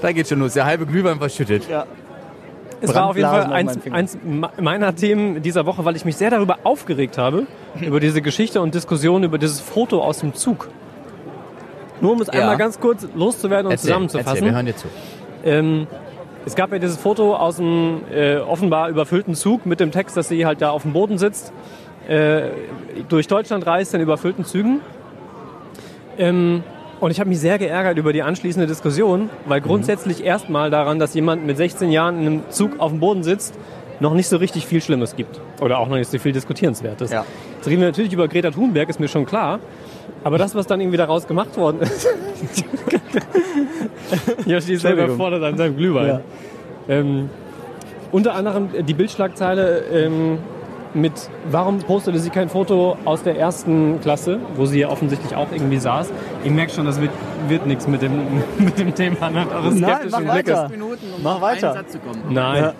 da geht schon los. Der halbe Glühwein verschüttet.
Es war auf jeden Fall
Brandblasen auf
eins,
meinem Finger.
eins me- meiner Themen dieser Woche, weil ich mich sehr darüber aufgeregt habe, über diese Geschichte und Diskussion über dieses Foto aus dem Zug. Nur um es einmal ganz kurz loszuwerden und zusammenzufassen.
erzähl, wir hören dir zu.
Ähm, es gab ja dieses Foto aus dem äh, offenbar überfüllten Zug mit dem Text, dass sie halt da auf dem Boden sitzt, äh, durch Deutschland reist in überfüllten Zügen. Ähm, Und ich habe mich sehr geärgert über die anschließende Diskussion, weil grundsätzlich erstmal daran, dass jemand mit 16 Jahren in einem Zug auf dem Boden sitzt, noch nicht so richtig viel Schlimmes gibt. Oder auch noch nicht so viel Diskutierenswertes.
Ja.
Jetzt reden wir natürlich über Greta Thunberg, ist mir schon klar. Aber das, was dann irgendwie daraus gemacht worden ist. Joshi ist selber
Entschuldigung.
fordert an seinem Glühwein.
Ja.
Ähm, unter anderem die Bildschlagzeile ähm, mit, warum postete sie kein Foto aus der ersten Klasse, wo sie ja offensichtlich auch irgendwie saß. Ihr merkt schon, das wird, wird nichts mit dem, mit dem Thema. Ne? Eures
Nein, mach
skeptischen Blickes.
weiter.
Minuten, um
Mach
auf
weiter.
Einen Satz zu kommen.
Nein.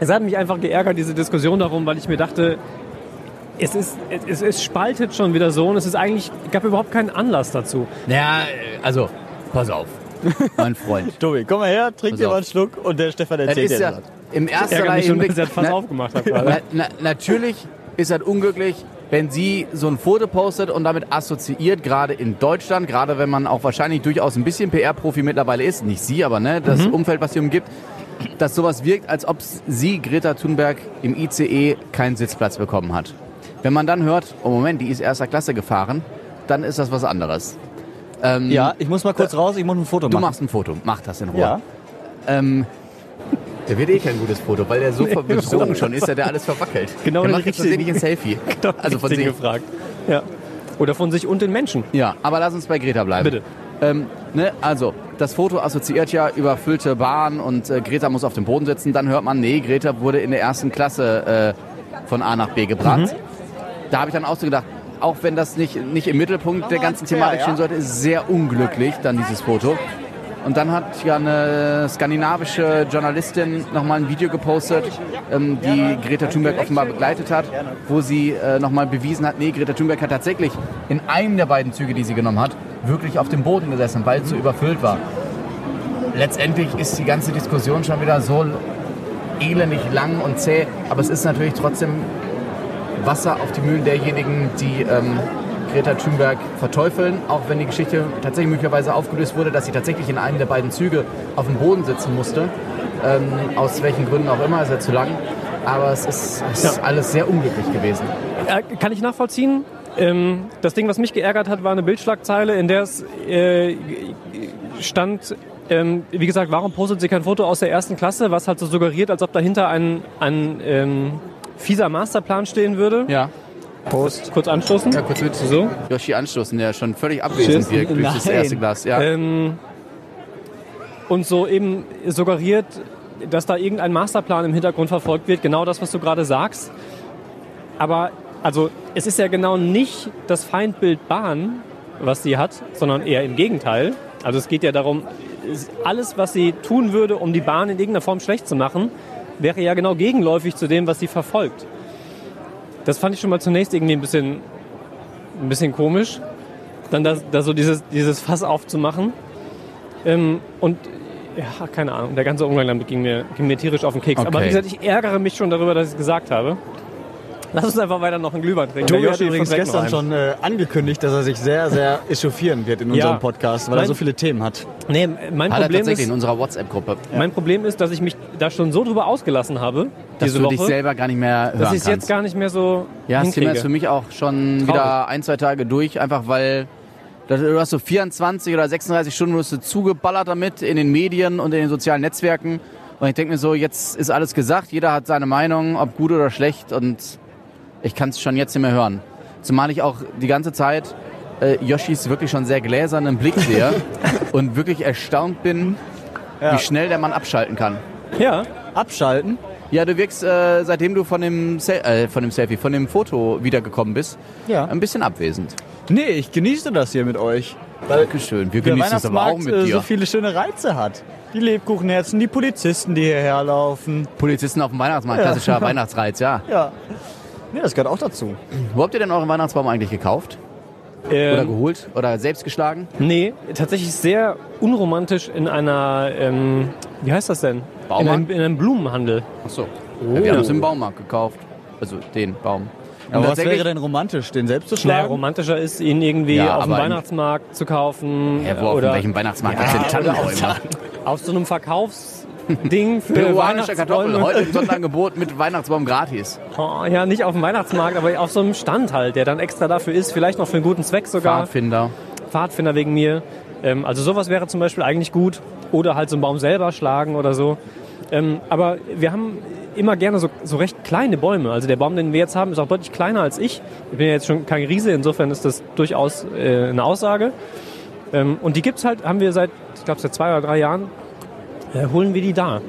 Es hat mich einfach geärgert, diese Diskussion darum, weil ich mir dachte, es, ist, es, es spaltet schon wieder so und es ist eigentlich, gab überhaupt keinen Anlass dazu.
Naja, also, pass auf, mein Freund.
Tobi, komm mal her, trink
Pass
dir
auf.
mal einen Schluck und der Stefan
Das
erzählt
ist
dir
ja
das.
im ersten
Ärgert mich schon, dass
Hinblick-
ich das fast
Na-
aufgemacht habe gerade.
Na, na, natürlich ist das unglücklich, wenn sie so ein Foto postet und damit assoziiert, gerade in Deutschland, gerade wenn man auch wahrscheinlich durchaus ein bisschen PR-Profi mittlerweile ist, nicht sie, aber ne, das Umfeld, was sie umgibt, dass sowas wirkt, als ob sie, Greta Thunberg, im ICE keinen Sitzplatz bekommen hat. Wenn man dann hört, oh Moment, die ist erster Klasse gefahren, dann ist das was anderes.
Ja, ich muss mal kurz raus, ich muss ein Foto
Du
machen.
machst ein Foto, mach das in Ruhe.
Ja.
Der wird eh kein gutes Foto, weil der so verbetrunken schon ist, der der alles verwackelt.
Genau
der
den
macht jetzt tatsächlich ein Selfie. also von
Richtigen
sich.
gefragt. Ja. Oder von sich und den Menschen.
Ja, aber lass uns bei Greta bleiben.
Bitte.
Ähm, ne, also, das Foto assoziiert ja überfüllte Bahn und äh, Greta muss auf dem Boden sitzen. Dann hört man, nee, Greta wurde in der ersten Klasse äh, von A nach B gebracht. Da habe ich dann auch so gedacht, auch wenn das nicht, nicht im Mittelpunkt der ganzen Thematik stehen sollte, ist sehr unglücklich dann dieses Foto. Und dann hat ja eine skandinavische Journalistin nochmal ein Video gepostet, ähm, die Greta Thunberg offenbar begleitet hat, wo sie äh, nochmal bewiesen hat, nee, Greta Thunberg hat tatsächlich in einem der beiden Züge, die sie genommen hat, wirklich auf dem Boden gesessen, weil es so überfüllt war. Letztendlich ist die ganze Diskussion schon wieder so elendig lang und zäh, aber es ist natürlich trotzdem Wasser auf die Mühlen derjenigen, die ähm, Greta Thunberg verteufeln, auch wenn die Geschichte tatsächlich möglicherweise aufgelöst wurde, dass sie tatsächlich in einem der beiden Züge auf dem Boden sitzen musste. Ähm, aus welchen Gründen auch immer, ist ja zu lang. Aber es ist, es ist alles sehr unglücklich gewesen.
Äh, kann ich nachvollziehen. Ähm, das Ding, was mich geärgert hat, war eine Bildschlagzeile, in der es äh, stand, ähm, wie gesagt, warum postet sie kein Foto aus der ersten Klasse, was halt so suggeriert, als ob dahinter ein, ein ähm, fieser Masterplan stehen würde.
Ja.
Post. Kurz anstoßen.
Ja, kurz mit
So.
Yoshi anstoßen, der schon völlig abwesend
Tschüss.
wirkt durch das
Nein.
erste Glas. Ja.
Ähm, und so eben suggeriert, dass da irgendein Masterplan im Hintergrund verfolgt wird, genau das, was du gerade sagst. Aber also es ist ja genau nicht das Feindbild Bahn, was sie hat, sondern eher im Gegenteil. Also es geht ja darum, es- alles, was sie tun würde, um die Bahn in irgendeiner Form schlecht zu machen, wäre ja genau gegenläufig zu dem, was sie verfolgt. Das fand ich schon mal zunächst irgendwie ein bisschen, ein bisschen komisch dann da, da so dieses, dieses Fass aufzumachen. Ähm, und ja, keine Ahnung, der ganze Umgang damit ging mir, ging mir tierisch auf den Keks. Aber
Okay.
wie gesagt, ich ärgere mich schon darüber, dass ich es gesagt habe. Lass uns einfach weiter noch einen Glühwein trinken.
Tobi
Der
hat
Yoshi
übrigens
verdreckt noch einen.
gestern schon äh, angekündigt, dass er sich sehr, sehr echauffieren wird in
Ja.
unserem Podcast, weil er
Mein-
so viele Themen hat.
Nee, mein
Hat er
Problem,
tatsächlich ne?
ist,
in unserer WhatsApp-Gruppe,
mein Problem ist, dass ich mich da schon so drüber ausgelassen habe,
dass
diese
du
Woche,
dich selber gar nicht mehr hören
dass ich es
kannst.
jetzt gar nicht mehr so
Ja, das Thema
hinkriege.
ist für mich auch schon
Traurig.
wieder ein, zwei Tage durch, einfach weil das- du hast so 24 oder 36 Stunden wirst du zugeballert damit in den Medien und in den sozialen Netzwerken. Und ich denke mir so, jetzt ist alles gesagt, jeder hat seine Meinung, ob gut oder schlecht und ich kann es schon jetzt nicht mehr hören. Zumal ich auch die ganze Zeit äh, Yoshis wirklich schon sehr gläsernen Blick sehe und wirklich erstaunt bin, wie schnell der Mann abschalten kann.
ja,
Abschalten.
Ja, du wirkst, äh, seitdem du von dem, Sel äh, von dem Selfie, von dem Foto wiedergekommen bist,
Ja.
ein bisschen abwesend.
Ähm, Nee, ich genieße das hier mit euch. Weil
Dankeschön. Wir
der
genießen es aber auch
Weihnachtsmarkt
mit
äh, so
dir.
viele schöne Reize hat. Die Lebkuchenherzen, die Polizisten, die hierher laufen.
Polizisten auf dem Weihnachtsmarkt,
Ja.
klassischer Weihnachtsreiz, ja.
Ja. Nee, das gehört auch dazu.
Wo habt ihr denn euren Weihnachtsbaum eigentlich gekauft? Oder
ähm,
geholt? Oder selbst geschlagen?
Nee, tatsächlich sehr unromantisch in einer, ähm, wie heißt das denn? In
Baumarkt?
einem, in einem Blumenhandel.
Achso. Ja, wir haben es im Baumarkt gekauft. Also den Baum. Und
Oh. Aber was
tatsächlich-
wäre denn romantisch, den selbst zu
Naja,
schlagen?
romantischer ist, ihn irgendwie
Ja,
auf dem
aber im-
Weihnachtsmarkt zu kaufen.
Ja, wo auf
oder
welchem Weihnachtsmarkt? das sind Tannenbäume.
auf so einem Verkaufsding
Äh,
für
Peruanische
Weihnachtsbäume.
Kartoffeln, heute im Sonderangebot mit Weihnachtsbaum gratis.
Oh, ja, nicht auf dem Weihnachtsmarkt, aber auf so einem Stand halt, der dann extra dafür ist, vielleicht noch für einen guten Zweck sogar.
Pfadfinder.
Pfadfinder wegen mir. Ähm, also sowas wäre zum Beispiel eigentlich gut. Oder halt so einen Baum selber schlagen oder so. Ähm, aber wir haben immer gerne so, so recht kleine Bäume. Also der Baum, den wir jetzt haben, ist auch deutlich kleiner als ich. Ich bin ja jetzt schon kein Riese, insofern ist das durchaus äh, eine Aussage. Ähm, und die gibt's halt, haben wir seit, ich glaube, seit zwei oder drei Jahren, äh, holen wir die da.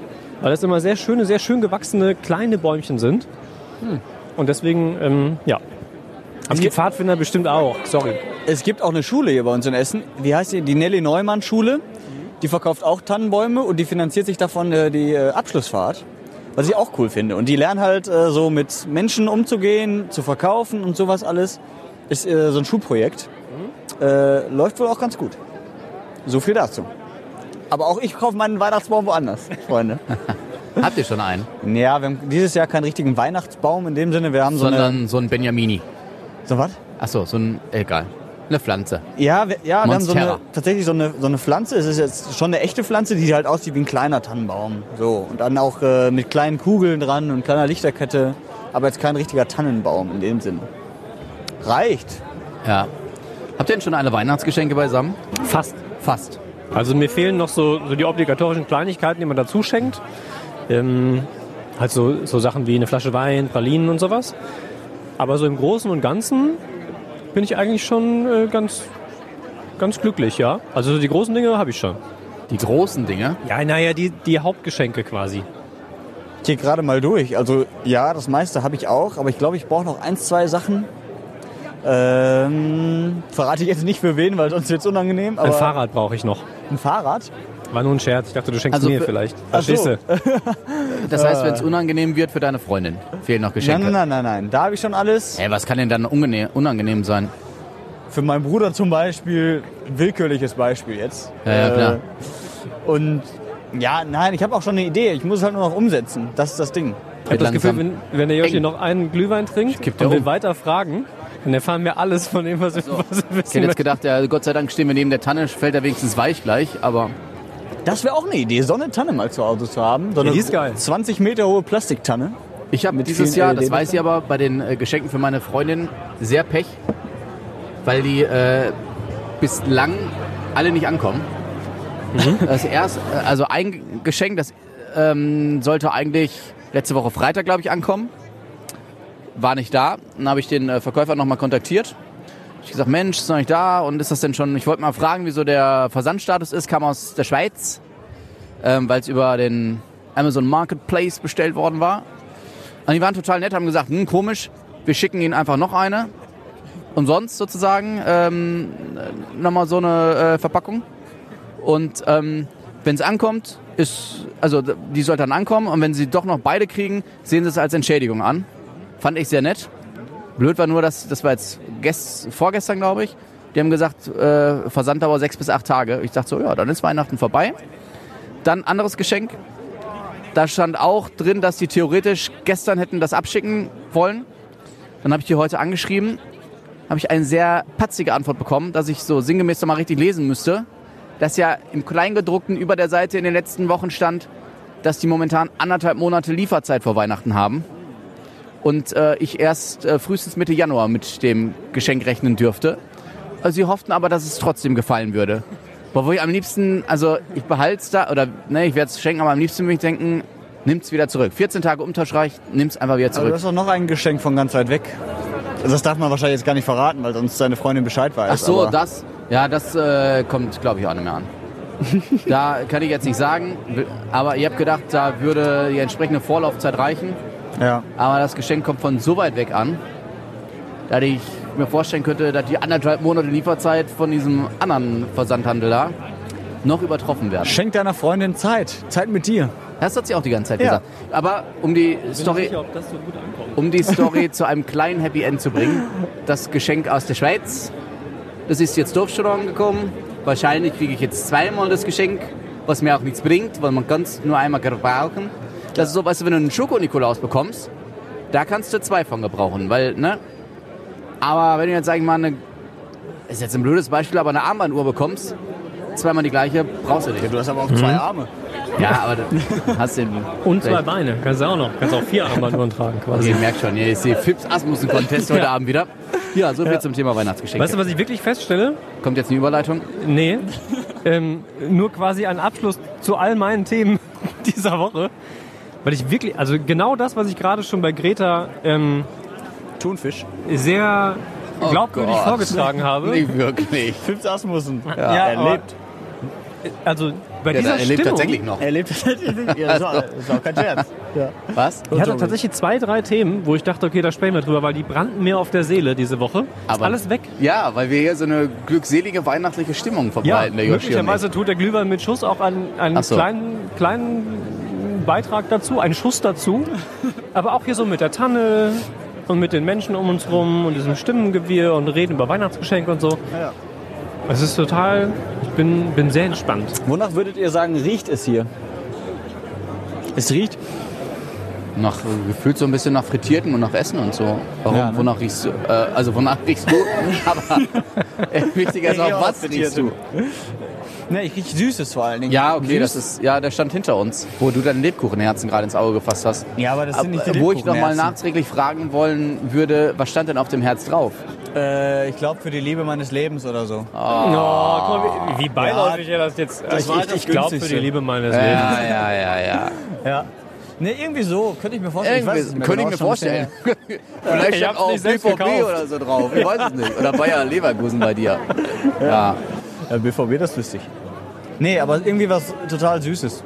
Weil das immer sehr schöne, sehr schön gewachsene kleine Bäumchen sind. Und deswegen, ähm, ja. Haben die Pfadfinder bestimmt auch. Sorry.
Es gibt auch eine Schule hier bei uns in Essen. Wie heißt die? Die Nelly Neumann Schule. Die verkauft auch Tannenbäume und die finanziert sich davon äh, die äh, Abschlussfahrt. Was ich auch cool finde. Und die lernen halt äh, so mit Menschen umzugehen, zu verkaufen und sowas alles. Ist äh, so ein Schulprojekt. Äh, läuft wohl auch ganz gut. So viel dazu. Aber auch ich kaufe meinen Weihnachtsbaum woanders, Freunde.
Habt ihr schon einen?
ja, wir haben dieses Jahr keinen richtigen Weihnachtsbaum in dem Sinne. Wir haben so eine...
Sondern so ein Benjamini.
So was?
Achso, so ein, egal. Eine Pflanze.
Ja, wir, ja, wir haben so eine,
Monstera.
tatsächlich so eine, so eine Pflanze. Es ist jetzt schon eine echte Pflanze, die halt aussieht wie ein kleiner Tannenbaum. So. Und dann auch äh, mit kleinen Kugeln dran und kleiner Lichterkette. Aber jetzt kein richtiger Tannenbaum in dem Sinne. Reicht.
Ja. Habt ihr denn schon alle Weihnachtsgeschenke beisammen?
Fast.
Fast.
Also mir fehlen noch so, so die obligatorischen Kleinigkeiten, die man dazu schenkt. Ähm, halt so, so Sachen wie eine Flasche Wein, Pralinen und sowas. Aber so im Großen und Ganzen bin ich eigentlich schon äh, ganz, ganz glücklich, ja. Also so die großen Dinge habe ich schon.
Die großen Dinge.
Ja, naja, die, die Hauptgeschenke quasi.
Ich gehe gerade mal durch. Also ja, das meiste habe ich auch. Aber ich glaube, ich brauche noch eins, zwei Sachen. Ähm, verrate ich jetzt nicht für wen, weil sonst wird es unangenehm. Aber
Ein Fahrrad brauche ich noch.
Ein Fahrrad?
War nur ein Scherz. Ich dachte, du schenkst
Also
mir
für-
vielleicht.
Ach so.
Verstehst du?
Das heißt, wenn es unangenehm wird für deine Freundin, fehlen noch
Nein,
Geschenke.
nein, nein, nein, nein. Da habe ich schon alles.
Ey, was kann denn dann unangenehm, unangenehm sein?
Für meinen Bruder zum Beispiel, willkürliches Beispiel jetzt.
Ja, ja, Äh, klar.
Und ja, nein, ich habe auch schon eine Idee. Ich muss es halt nur noch umsetzen. Das ist das Ding.
Ich habe das Gefühl,
langsam
wenn, wenn der Yoshi
eng.
noch einen Glühwein trinkt
kipp
und
dir
will
um.
weiter fragen, dann erfahren wir alles von dem, was wir, was wir
Ich hätte
wissen
jetzt gedacht, ja, Gott sei Dank stehen wir neben der Tanne, fällt er wenigstens weich gleich, aber
Das wäre auch eine Idee, so eine Tanne mal zu Hause zu haben. So eine
die ist geil.
20 Meter hohe Plastiktanne.
ich habe
Mit
dieses
vielen
Jahr, das
LED
weiß ich aber, bei den äh, Geschenken für meine Freundin sehr Pech, weil die äh, bislang alle nicht ankommen.
Mhm.
Das erste, äh, also ein Geschenk, das ähm, sollte eigentlich letzte Woche Freitag, glaube ich, ankommen. War nicht da. Dann habe ich den äh, Verkäufer nochmal kontaktiert. Ich gesagt, Mensch, ist noch nicht da und ist das denn schon? Ich wollte mal fragen, wieso der Versandstatus ist. Kam aus der Schweiz, ähm, weil es über den Amazon Marketplace bestellt worden war. Und die waren total nett, haben gesagt, hm, komisch, wir schicken ihnen einfach noch eine. Umsonst sozusagen ähm, nochmal so eine äh, Verpackung. Und ähm, wenn es ankommt, ist, also d- die sollte dann ankommen. Und wenn sie doch noch beide kriegen, sehen sie es als Entschädigung an. Fand ich sehr nett. Blöd war nur, dass das war jetzt gest, vorgestern, glaube ich. Die haben gesagt, äh, Versanddauer sechs bis acht Tage. Ich dachte so, ja, dann ist Weihnachten vorbei. Dann anderes Geschenk. Da stand auch drin, dass die theoretisch gestern hätten das abschicken wollen. Dann habe ich die heute angeschrieben. Habe ich eine sehr patzige Antwort bekommen, dass ich so sinngemäß noch mal richtig lesen müsste. Dass ja im Kleingedruckten über der Seite in den letzten Wochen stand, dass die momentan anderthalb Monate Lieferzeit vor Weihnachten haben. Und äh, ich erst äh, frühestens Mitte Januar mit dem Geschenk rechnen dürfte. Äh, Sie hofften aber, dass es trotzdem gefallen würde. Obwohl ich am liebsten, also ich behalte es da, oder ne, ich werde es schenken, aber am liebsten würde ich denken, nimm's wieder zurück. 14 Tage Umtauschreich, nimm's einfach wieder
Aber du
zurück.
hast Also doch noch ein Geschenk von ganz weit weg. Also Das darf man wahrscheinlich jetzt gar nicht verraten, weil sonst seine Freundin Bescheid weiß.
Ach so,
aber-
das, ja, das äh, kommt, glaube ich, auch nicht mehr an. da kann ich jetzt nicht sagen, aber ihr habt gedacht, da würde die entsprechende Vorlaufzeit reichen.
Ja.
Aber das Geschenk kommt von so weit weg an, dass ich mir vorstellen könnte, dass die anderthalb Monate Lieferzeit von diesem anderen Versandhandel da noch übertroffen werden.
Schenk deiner Freundin Zeit. Zeit mit dir.
Das hat sie auch die ganze Zeit
Ja.
gesagt. Aber um die Story,
ob das so gut ankommt.
um die Story zu einem kleinen Happy End zu bringen, das Geschenk aus der Schweiz, das ist jetzt durch schon angekommen. Wahrscheinlich kriege ich jetzt zweimal das Geschenk, was mir auch nichts bringt, weil man kann es nur einmal gebrauchen. Das ist so, weißt du, wenn du einen Schoko-Nikolaus bekommst, da kannst du zwei von gebrauchen, weil, ne? Aber wenn du jetzt, sag ich mal, eine, ist jetzt ein blödes Beispiel, aber eine Armbanduhr bekommst, zweimal die gleiche, brauchst du nicht.
Du hast aber auch
Mhm.
zwei Arme.
Ja, aber du hast den.
Und zwei
Recht. Also-
Beine. Kannst du auch noch. Kannst auch vier Armbanduhren tragen quasi.
Ihr merkt schon, hier ist die Fips Asmussen Contest heute Abend wieder. Ja, so viel zum Thema Weihnachtsgeschenke.
Weißt du, was ich wirklich feststelle?
Kommt jetzt eine Überleitung?
Nee. Ähm, nur quasi ein Abschluss zu all meinen Themen dieser Woche. Weil ich wirklich, also genau das, was ich gerade schon bei Greta ähm,
Thunfisch.
sehr glaubwürdig
Oh Gott.
vorgetragen habe.
Nicht wirklich.
Fünf Asmussen.
Ja,
er
aber-
lebt.
Also bei
Ja,
dieser
er lebt
Stimmung.
tatsächlich noch.
Er lebt. ja, das war, das war kein Scherz. Ja.
Was?
Ich hatte tatsächlich zwei, drei Themen, wo ich dachte, okay, da sprechen wir drüber, weil die brannten mir auf der Seele diese Woche. Ist
Aber-
alles weg.
Ja, weil wir hier so eine glückselige weihnachtliche Stimmung
Ja,
verbreiten, der Yoshi und
möglicherweise tut der Glühwein mit Schuss auch einen, einen
Ach so.
kleinen, kleinen Beitrag dazu, einen Schuss dazu. Aber auch hier so mit der Tanne und mit den Menschen um uns rum und diesem Stimmengewirr und reden über Weihnachtsgeschenke und so.
Ja.
Es ist total, ich bin, bin sehr entspannt.
Wonach würdet ihr sagen, riecht es hier? Es riecht.
ich. Nach, gefühlt so ein bisschen nach Frittierten und nach Essen und so. Warum?
Ja, ne?
Wonach riechst du? Äh, also wonach riechst du? Aber äh, wichtiger ist
Ja,
auch, was
Frittierte.
riechst du?
Ne, ich rieche Süßes vor allen Dingen.
Ja, okay, das
Süß.
ist, ja, der stand hinter uns, wo du deinen Lebkuchenherzen gerade ins Auge gefasst hast.
Ja, aber das sind nicht die
Wo ich nochmal
Lebkuchenherzen.
nachträglich fragen wollen würde, was stand denn auf dem Herz drauf?
Äh, ich glaube, für die Liebe meines Lebens oder so.
Ah.
Oh, guck mal, wie, wie beiläufig er das jetzt. äh,
das war
ich
das
ich glaube für
Günstigste.
die Liebe meines Lebens.
Ja, ja, ja, ja.
Ja. Ne, irgendwie so. Könnte ich mir vorstellen.
Irgendwie,
es nicht mehr
könnte ich
genau,
mir
schon ein bisschen
vorstellen. Vielleicht
Ich
stand
hab's
auch
nicht selbst
BVB
gekauft.
oder so drauf. Ich weiß es nicht. Oder Bayer Leverkusen bei dir. Ja.
her. Ja, BVB, Äh, das wüsste ich. Nee, aber irgendwie was total Süßes.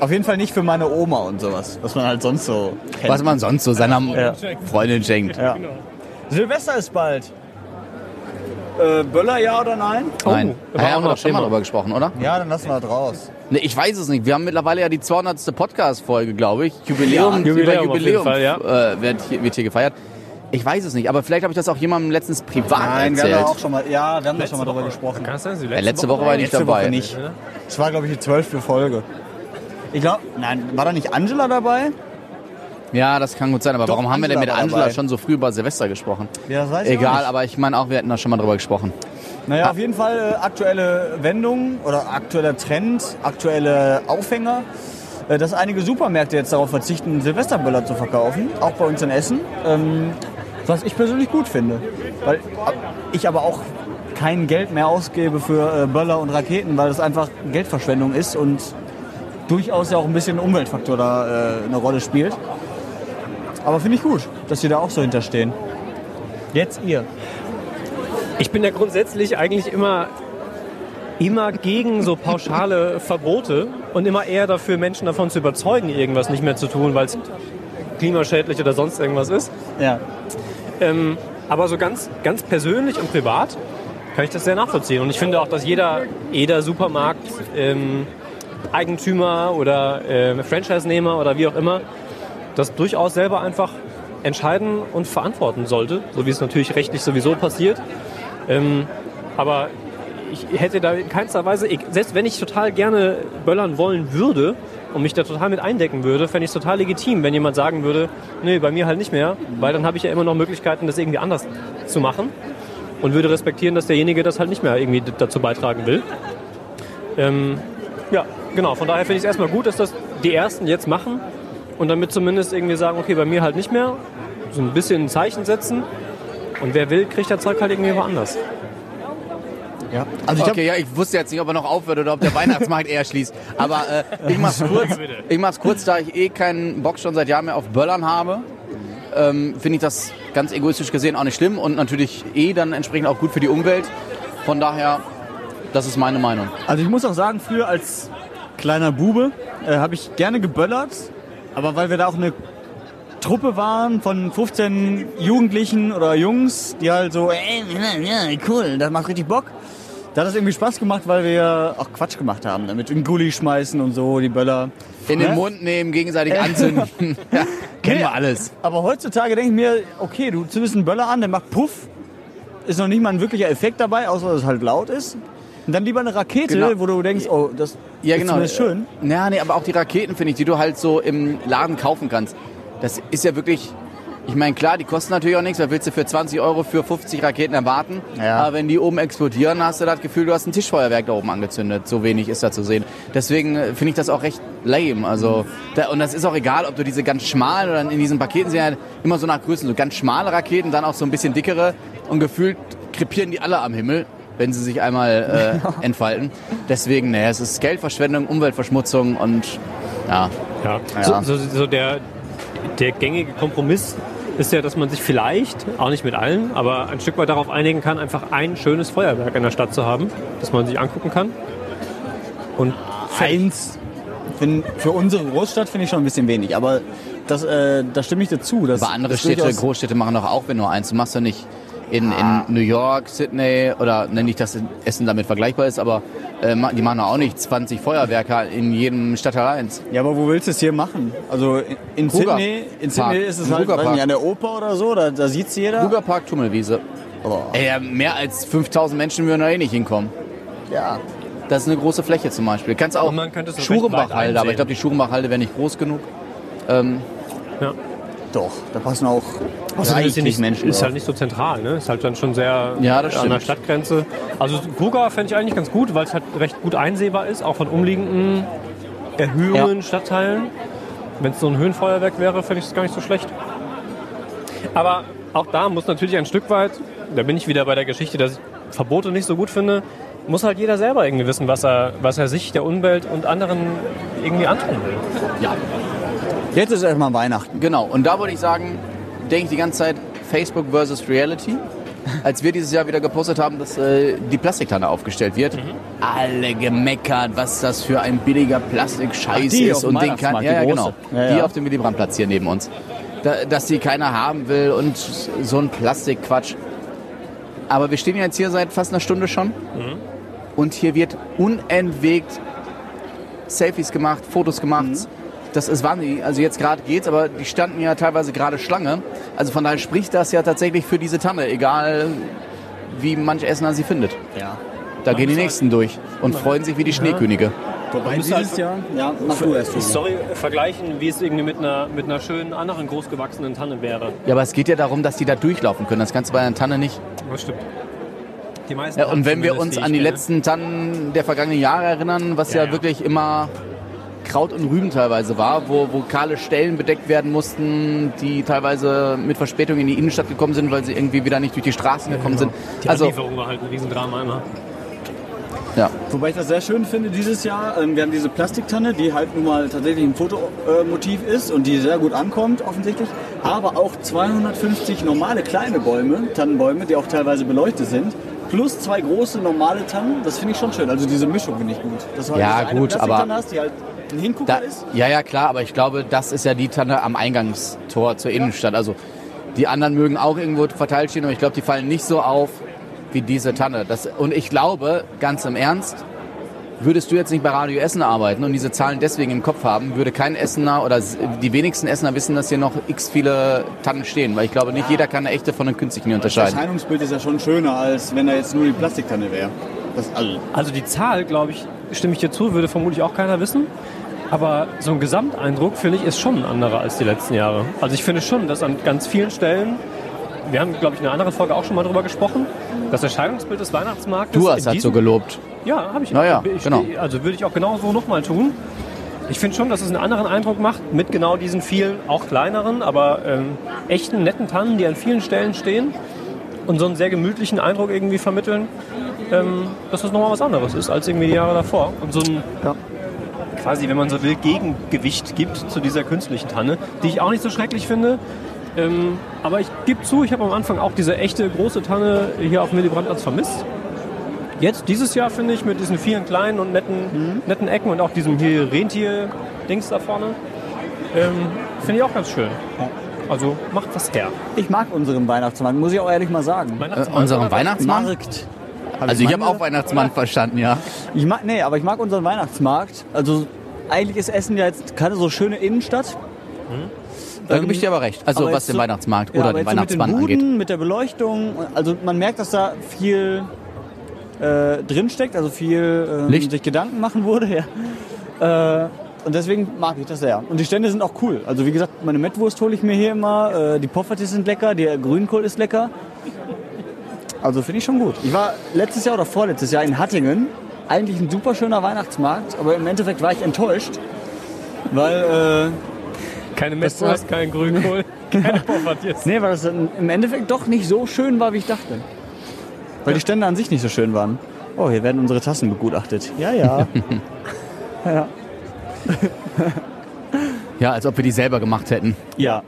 Auf jeden Fall nicht für meine Oma und sowas, was man halt sonst so kennt.
Was man sonst so seiner
Ja.
Freundin schenkt.
Ja. Silvester ist bald. Äh, Böller ja oder nein?
Nein.
war
Da
auch
haben wir
noch
doch schon mal
Thema.
drüber gesprochen, oder?
Ja, dann lassen wir das raus.
Nee, ich weiß es nicht. Wir haben mittlerweile ja die 200. Podcast-Folge, glaube ich. Jubiläum,
Ja, Jubiläum
über
auf jeden Fall, ja.
äh, wird, hier, wird hier gefeiert. Ich weiß es nicht, aber vielleicht habe ich das auch jemandem letztens privat
Nein, wir
erzählt.
haben da auch schon mal, ja, wir haben da schon mal drüber gesprochen.
Kann es sein, dass die
ja, letzte Woche war ich nicht
Letzte
dabei.
Woche nicht.
ne?
Es war, glaube ich, die zwölfte Folge. Ich glaube, nein, war da nicht Angela dabei?
Ja, das kann gut sein, aber
Doch,
warum haben wir denn mit
Angela war
Angela
dabei.
schon so früh über Silvester gesprochen?
Ja, das weiß ich auch
Egal,
nicht.
aber ich meine auch, wir hätten da schon mal drüber gesprochen.
Naja, auf jeden Fall äh, aktuelle Wendung oder aktueller Trend, aktuelle Aufhänger, äh, dass einige Supermärkte jetzt darauf verzichten, Silvesterböller zu verkaufen, auch bei uns in Essen. Ähm, was ich persönlich gut finde, weil äh, ich aber auch kein Geld mehr ausgebe für äh, Böller und Raketen, weil das einfach Geldverschwendung ist und durchaus ja auch ein bisschen Umweltfaktor da äh, eine Rolle spielt. Aber finde ich gut, dass sie da auch so hinterstehen. Jetzt ihr.
Ich bin ja grundsätzlich eigentlich immer, immer gegen so pauschale Verbote und immer eher dafür, Menschen davon zu überzeugen, irgendwas nicht mehr zu tun, weil es klimaschädlich oder sonst irgendwas ist.
Ja.
Ähm, aber so ganz, ganz persönlich und privat kann ich das sehr nachvollziehen. Und ich finde auch, dass jeder, jeder Supermarkt, ähm, Eigentümer oder ähm, Franchise-Nehmer oder wie auch immer, das durchaus selber einfach entscheiden und verantworten sollte, so wie es natürlich rechtlich sowieso passiert. Ähm, aber ich hätte da in keinster Weise, ich, selbst wenn ich total gerne böllern wollen würde und mich da total mit eindecken würde, fände ich es total legitim, wenn jemand sagen würde, nee, bei mir halt nicht mehr, weil dann habe ich ja immer noch Möglichkeiten, das irgendwie anders zu machen und würde respektieren, dass derjenige das halt nicht mehr irgendwie d- dazu beitragen will. Ähm, ja, genau, von daher finde ich es erstmal gut, dass das die Ersten jetzt machen und damit zumindest irgendwie sagen, okay, bei mir halt nicht mehr, so ein bisschen ein Zeichen setzen und wer will, kriegt das Zeug halt irgendwie woanders.
ja. Also ich hab-
okay, ja, ich wusste jetzt nicht, ob er noch aufhört oder ob der Weihnachtsmarkt eher schließt. Aber äh, ich mach's kurz. Ich mach's kurz, da ich eh keinen Bock schon seit Jahren mehr auf Böllern habe. Ähm, Finde ich das ganz egoistisch gesehen auch nicht schlimm und natürlich eh dann entsprechend auch gut für die Umwelt. Von daher, das ist meine Meinung.
Also ich muss auch sagen, früher als kleiner Bube äh, habe ich gerne geböllert, aber weil wir da auch eine Truppe waren von 15 Jugendlichen oder Jungs, die halt so, ey, ja, ja, cool, das macht richtig Bock. Da hat das irgendwie Spaß gemacht, weil wir auch Quatsch gemacht haben, damit in Gulli schmeißen und so, die Böller.
In
Ne?
den Mund nehmen, gegenseitig anzünden. ja, kennen wir alles.
Aber heutzutage denke ich mir, okay, du zündest einen Böller an, der macht Puff. Ist noch nicht mal ein wirklicher Effekt dabei, außer dass es halt laut ist. Und dann lieber eine Rakete,
Genau.
wo du denkst, oh, das
Ja,
ist
genau.
zumindest schön.
Ja, nee, aber auch die Raketen, finde ich, die du halt so im Laden kaufen kannst. Das ist ja wirklich. Ich meine, klar, die kosten natürlich auch nichts, weil willst du für 20 Euro für 50 Raketen erwarten.
Ja.
Aber wenn die oben explodieren, hast du das Gefühl, du hast ein Tischfeuerwerk da oben angezündet. So wenig ist da zu sehen. Deswegen äh, finde ich das auch recht lame. Also, da, und das ist auch egal, ob du diese ganz schmalen oder in diesen Paketen sind ja immer so nach Größen, so ganz schmale Raketen, dann auch so ein bisschen dickere. Und gefühlt krepieren die alle am Himmel. wenn sie sich einmal äh, entfalten. Deswegen, naja, es ist Geldverschwendung, Umweltverschmutzung und ja.
Ja.
Ja.
So, so, so der, der gängige Kompromiss ist ja, dass man sich vielleicht, auch nicht mit allen, aber ein Stück weit darauf einigen kann, einfach ein schönes Feuerwerk in der Stadt zu haben, das man sich angucken kann. Und
Eins, find, für unsere Großstadt finde ich schon ein bisschen wenig, aber das, äh, da stimme ich dir zu. Dass,
Aber andere
dass
Städte,
durchaus- Ah.
Großstädte machen doch auch, wenn nur eins. Du machst doch nicht in, in New York, Sydney oder ne, nicht, dass Essen damit vergleichbar ist, aber äh, ma- die machen doch auch nicht 20 Feuerwerker in jedem Stadtteil eins.
Ja, aber wo willst du es hier machen? Also in- in
Kruger
Sydney, in
Park.
Sydney ist es
Im
halt
Kruger
weiß
Park.
nicht, an der Oper oder so, da, da sieht es jeder.
Bürgerpark Tummelwiese.
Aber,
Ey, ja, mehr als 5000 Menschen würden da eh nicht hinkommen.
ja.
Das ist eine große Fläche zum Beispiel. Kannst auch
Und man könnte es doch recht weit
Schurenbachhalde,
einsehen.
aber ich glaube, die Schurenbachhalde wäre nicht groß genug.
Doch, da passen auch
ist, ja
reichlich
nicht,
Menschen
ist
drauf.
halt nicht so zentral, ne? Ist halt dann schon sehr
Ja, das
an der
stimmt.
Stadtgrenze. Also Kruger fände ich eigentlich ganz gut, weil es halt recht gut einsehbar ist, auch von umliegenden Erhöhungen, Stadtteilen. Wenn es so ein Höhenfeuerwerk wäre, fände ich es gar nicht so schlecht. Aber auch da muss natürlich ein Stück weit, da bin ich wieder bei der Geschichte, dass ich Verbote nicht so gut finde, muss halt jeder selber irgendwie wissen, was er, was er sich, der Umwelt und anderen irgendwie antun will.
Jetzt ist erstmal Weihnachten.
Genau, und da würde ich sagen, denke ich die ganze Zeit Facebook versus Reality. Als wir dieses Jahr wieder gepostet haben, dass äh, die Plastiktanne aufgestellt wird,
Mhm.
alle gemeckert, was das für ein billiger
Ach,
Plastikscheiß
die auf
ist
dem
und den kann
Weihnachtsmarkt,
ja, ja
die
genau,
große. Ja, ja.
die auf dem Willy Brandt Platz hier neben uns, da, dass die keiner haben will und so ein Plastikquatsch. Aber wir stehen jetzt hier seit fast einer Stunde schon
Mhm.
und hier wird unentwegt Selfies gemacht, Fotos gemacht.
Mhm.
Das ist wahnsinnig. Also jetzt gerade geht's, aber die standen ja teilweise gerade Schlange. Also von daher spricht das ja tatsächlich für diese Tanne, egal wie manch Essener sie findet.
Ja.
Da gehen die Nächsten durch und freuen sich wie die Schneekönige.
Wobei
musst
dieses
halt-
Jahr... Ja, mach du erst. Tobi.
Sorry, vergleichen, wie es irgendwie mit einer, mit einer schönen anderen großgewachsenen Tanne wäre.
Ja, aber es geht ja darum, dass die da durchlaufen können. Das kannst du bei einer Tanne nicht.
Das stimmt. Die meisten
Ja, und wenn wir uns
zumindest,
an
ich
die
kenne.
letzten Tannen der vergangenen Jahre erinnern, was
Ja,
ja,
ja.
wirklich immer Kraut und Rüben teilweise war, wo, wo kahle Stellen bedeckt werden mussten, die teilweise mit Verspätung in die Innenstadt gekommen sind, weil sie irgendwie wieder nicht durch die Straßen gekommen
Die
sind.
also,
Also,
Anlieferung war halt ein Riesendrama immer.
ja.
Wobei ich das sehr schön finde dieses Jahr. Ähm, wir haben diese Plastiktanne, die halt nun mal tatsächlich ein Fotomotiv ist und die sehr gut ankommt, offensichtlich. Aber auch 250 normale kleine Bäume, Tannenbäume, die auch teilweise beleuchtet sind. Plus zwei große normale Tannen, das finde ich schon schön. Also diese Mischung finde ich gut. Dass du halt
Ja,
diese eine
gut,
Plastiktanne
aber-
hast, die halt ein Hingucker
Da,
ist.
ja, ja, klar, aber ich glaube, das ist ja die Tanne am Eingangstor zur Innenstadt. Also die anderen mögen auch irgendwo verteilt stehen, aber ich glaube, die fallen nicht so auf wie diese Tanne. Das, und ich glaube, ganz im Ernst, würdest du jetzt nicht bei Radio Essen arbeiten und diese Zahlen deswegen im Kopf haben, würde kein Essener oder s- die wenigsten Essener wissen, dass hier noch x viele Tannen stehen. Weil ich glaube, nicht jeder kann eine echte von einem künstlichen
Das
unterscheiden.
Erscheinungsbild ist ja schon schöner, als wenn da jetzt nur die Plastiktanne wäre. Das also,
Also die Zahl, glaube ich, stimme ich dir zu, würde vermutlich auch keiner wissen. Aber so ein Gesamteindruck, finde ich, ist schon ein anderer als die letzten Jahre. Also ich finde schon, dass an ganz vielen Stellen, wir haben, glaube ich, in einer anderen Folge auch schon mal drüber gesprochen, das Erscheinungsbild des Weihnachtsmarktes...
Du
in
hast dazu
diesem-
gelobt.
Ja, habe ich.
Na ja,
ich,
genau.
Also würde ich auch genauso nochmal tun. Ich finde schon, dass es einen anderen Eindruck macht mit genau diesen vielen, auch kleineren, aber ähm, echten, netten Tannen, die an vielen Stellen stehen und so einen sehr gemütlichen Eindruck irgendwie vermitteln, ähm, dass das nochmal was anderes ist als irgendwie die Jahre davor. Und so ein, quasi, wenn man so will, Gegengewicht gibt zu dieser künstlichen Tanne, die ich auch nicht so schrecklich finde. Ähm, aber ich gebe zu, ich habe am Anfang auch diese echte große Tanne hier auf dem Willy Brandt-Platz vermisst. Jetzt, dieses Jahr, finde ich, mit diesen vielen kleinen und netten, netten Ecken und auch diesem hier Rentier-Dings da vorne, ähm, finde ich auch ganz schön. Also macht was her.
ich mag unseren Weihnachtsmann, muss ich auch ehrlich mal sagen.
Äh, unserem Weihnachtsmann?
Markt.
Also ich habe auch Weihnachtsmann verstanden, ja.
Ich mag, nee, aber ich mag unseren Weihnachtsmarkt. Also eigentlich ist Essen ja jetzt keine so schöne Innenstadt.
Da gebe ich dir aber recht. Also
Ähm, Aber
was
jetzt
den
so-
Weihnachtsmarkt
ja,
oder den
aber jetzt so
Weihnachtsmann
mit den
angeht.
Buden, Mit der Beleuchtung. Also man merkt, dass da viel äh, drinsteckt, also viel ähm,
Licht.
sich Gedanken machen wurde. Ja. Äh, und deswegen mag ich das sehr. Und die Stände sind auch cool. Also wie gesagt, meine Mettwurst hole ich mir hier immer. Äh, die Poffertis sind lecker, der Grünkohl ist lecker. Also finde ich schon gut. Ich war letztes Jahr oder vorletztes Jahr in Hattingen. Eigentlich ein super schöner Weihnachtsmarkt, aber im Endeffekt war ich enttäuscht, weil äh,
Keine
Mettwurst,
kein Grünkohl, keine Poffertjes.
Nee, weil das dann im Endeffekt doch nicht so schön war, wie ich dachte. Weil die Stände an sich nicht so schön waren. Oh, hier werden unsere Tassen begutachtet. Ja, ja.
Ja, als ob wir die selber gemacht hätten.
ja.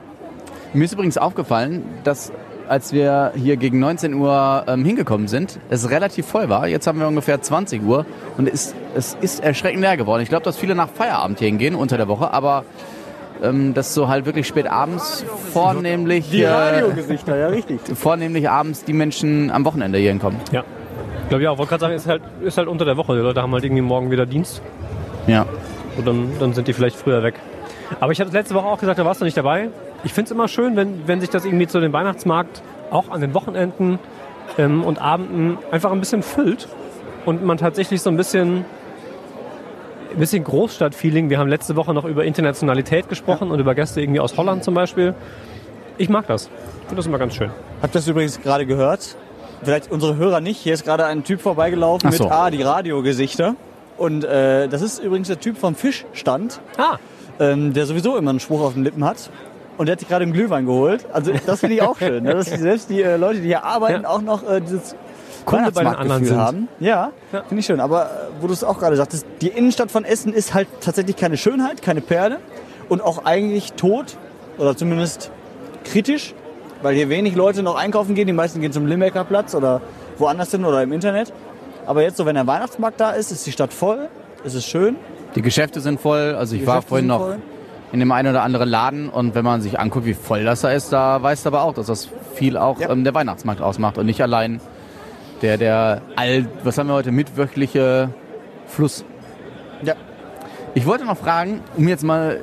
Mir ist übrigens aufgefallen, dass als wir hier gegen 19 Uhr ähm, hingekommen sind, es relativ voll war. Jetzt haben wir ungefähr 20 Uhr und es, es ist erschreckend leer geworden. Ich glaube, dass viele nach Feierabend hier hingehen unter der Woche, aber ähm, dass so halt wirklich spät abends vornehmlich, äh,
Radiogesichter, ja, richtig.
vornehmlich abends die Menschen am Wochenende hier hinkommen.
Ja. Glaube ich auch. Wollte gerade sagen, ist halt, ist halt unter der Woche. Die Leute haben halt irgendwie morgen wieder Dienst.
Ja.
Und dann, dann sind die vielleicht früher weg. Aber ich habe letzte Woche auch gesagt, da warst du nicht dabei. Ich finde es immer schön, wenn, wenn sich das irgendwie zu dem Weihnachtsmarkt auch an den Wochenenden ähm, und Abenden einfach ein bisschen füllt und man tatsächlich so ein bisschen, ein bisschen Großstadt-Feeling. Wir haben letzte Woche noch über Internationalität gesprochen und über Gäste irgendwie aus Holland zum Beispiel. Ich mag das. Ich finde das immer ganz schön.
Habt ihr das übrigens gerade gehört? Vielleicht unsere Hörer nicht. Hier ist gerade ein Typ vorbeigelaufen
Ach so.
mit A, die Radiogesichter. Und äh, das ist übrigens der Typ vom Fischstand,
Ah,
ähm, der sowieso immer einen Spruch auf den Lippen hat. Und der hat sich gerade einen Glühwein geholt. Also das finde ich auch schön, ne? dass die, selbst die äh, Leute, die hier arbeiten,
Ja.
auch noch äh, dieses
Kunde bei den anderen
Weihnachtsmarktgefühl
sind.
haben. Ja,
Ja.
finde ich schön. Aber äh, wo du es auch gerade sagtest, die Innenstadt von Essen ist halt tatsächlich keine Schönheit, keine Perle und auch eigentlich tot oder zumindest kritisch, weil hier wenig Leute noch einkaufen gehen. Die meisten gehen zum Limbecker Platz oder woanders hin oder im Internet. Aber jetzt so, wenn der Weihnachtsmarkt da ist, ist die Stadt voll, ist es schön.
Die Geschäfte sind voll. Also ich
Die
war
Geschäfte
vorhin
sind
noch
voll.
in dem einen oder anderen Laden und wenn man sich anguckt, wie voll das da ist, da weiß aber auch, dass das viel auch
Ja.
ähm, der Weihnachtsmarkt ausmacht und nicht allein der der all was haben wir heute mitwöchliche Fluss.
Ja.
Ich wollte noch fragen, um jetzt mal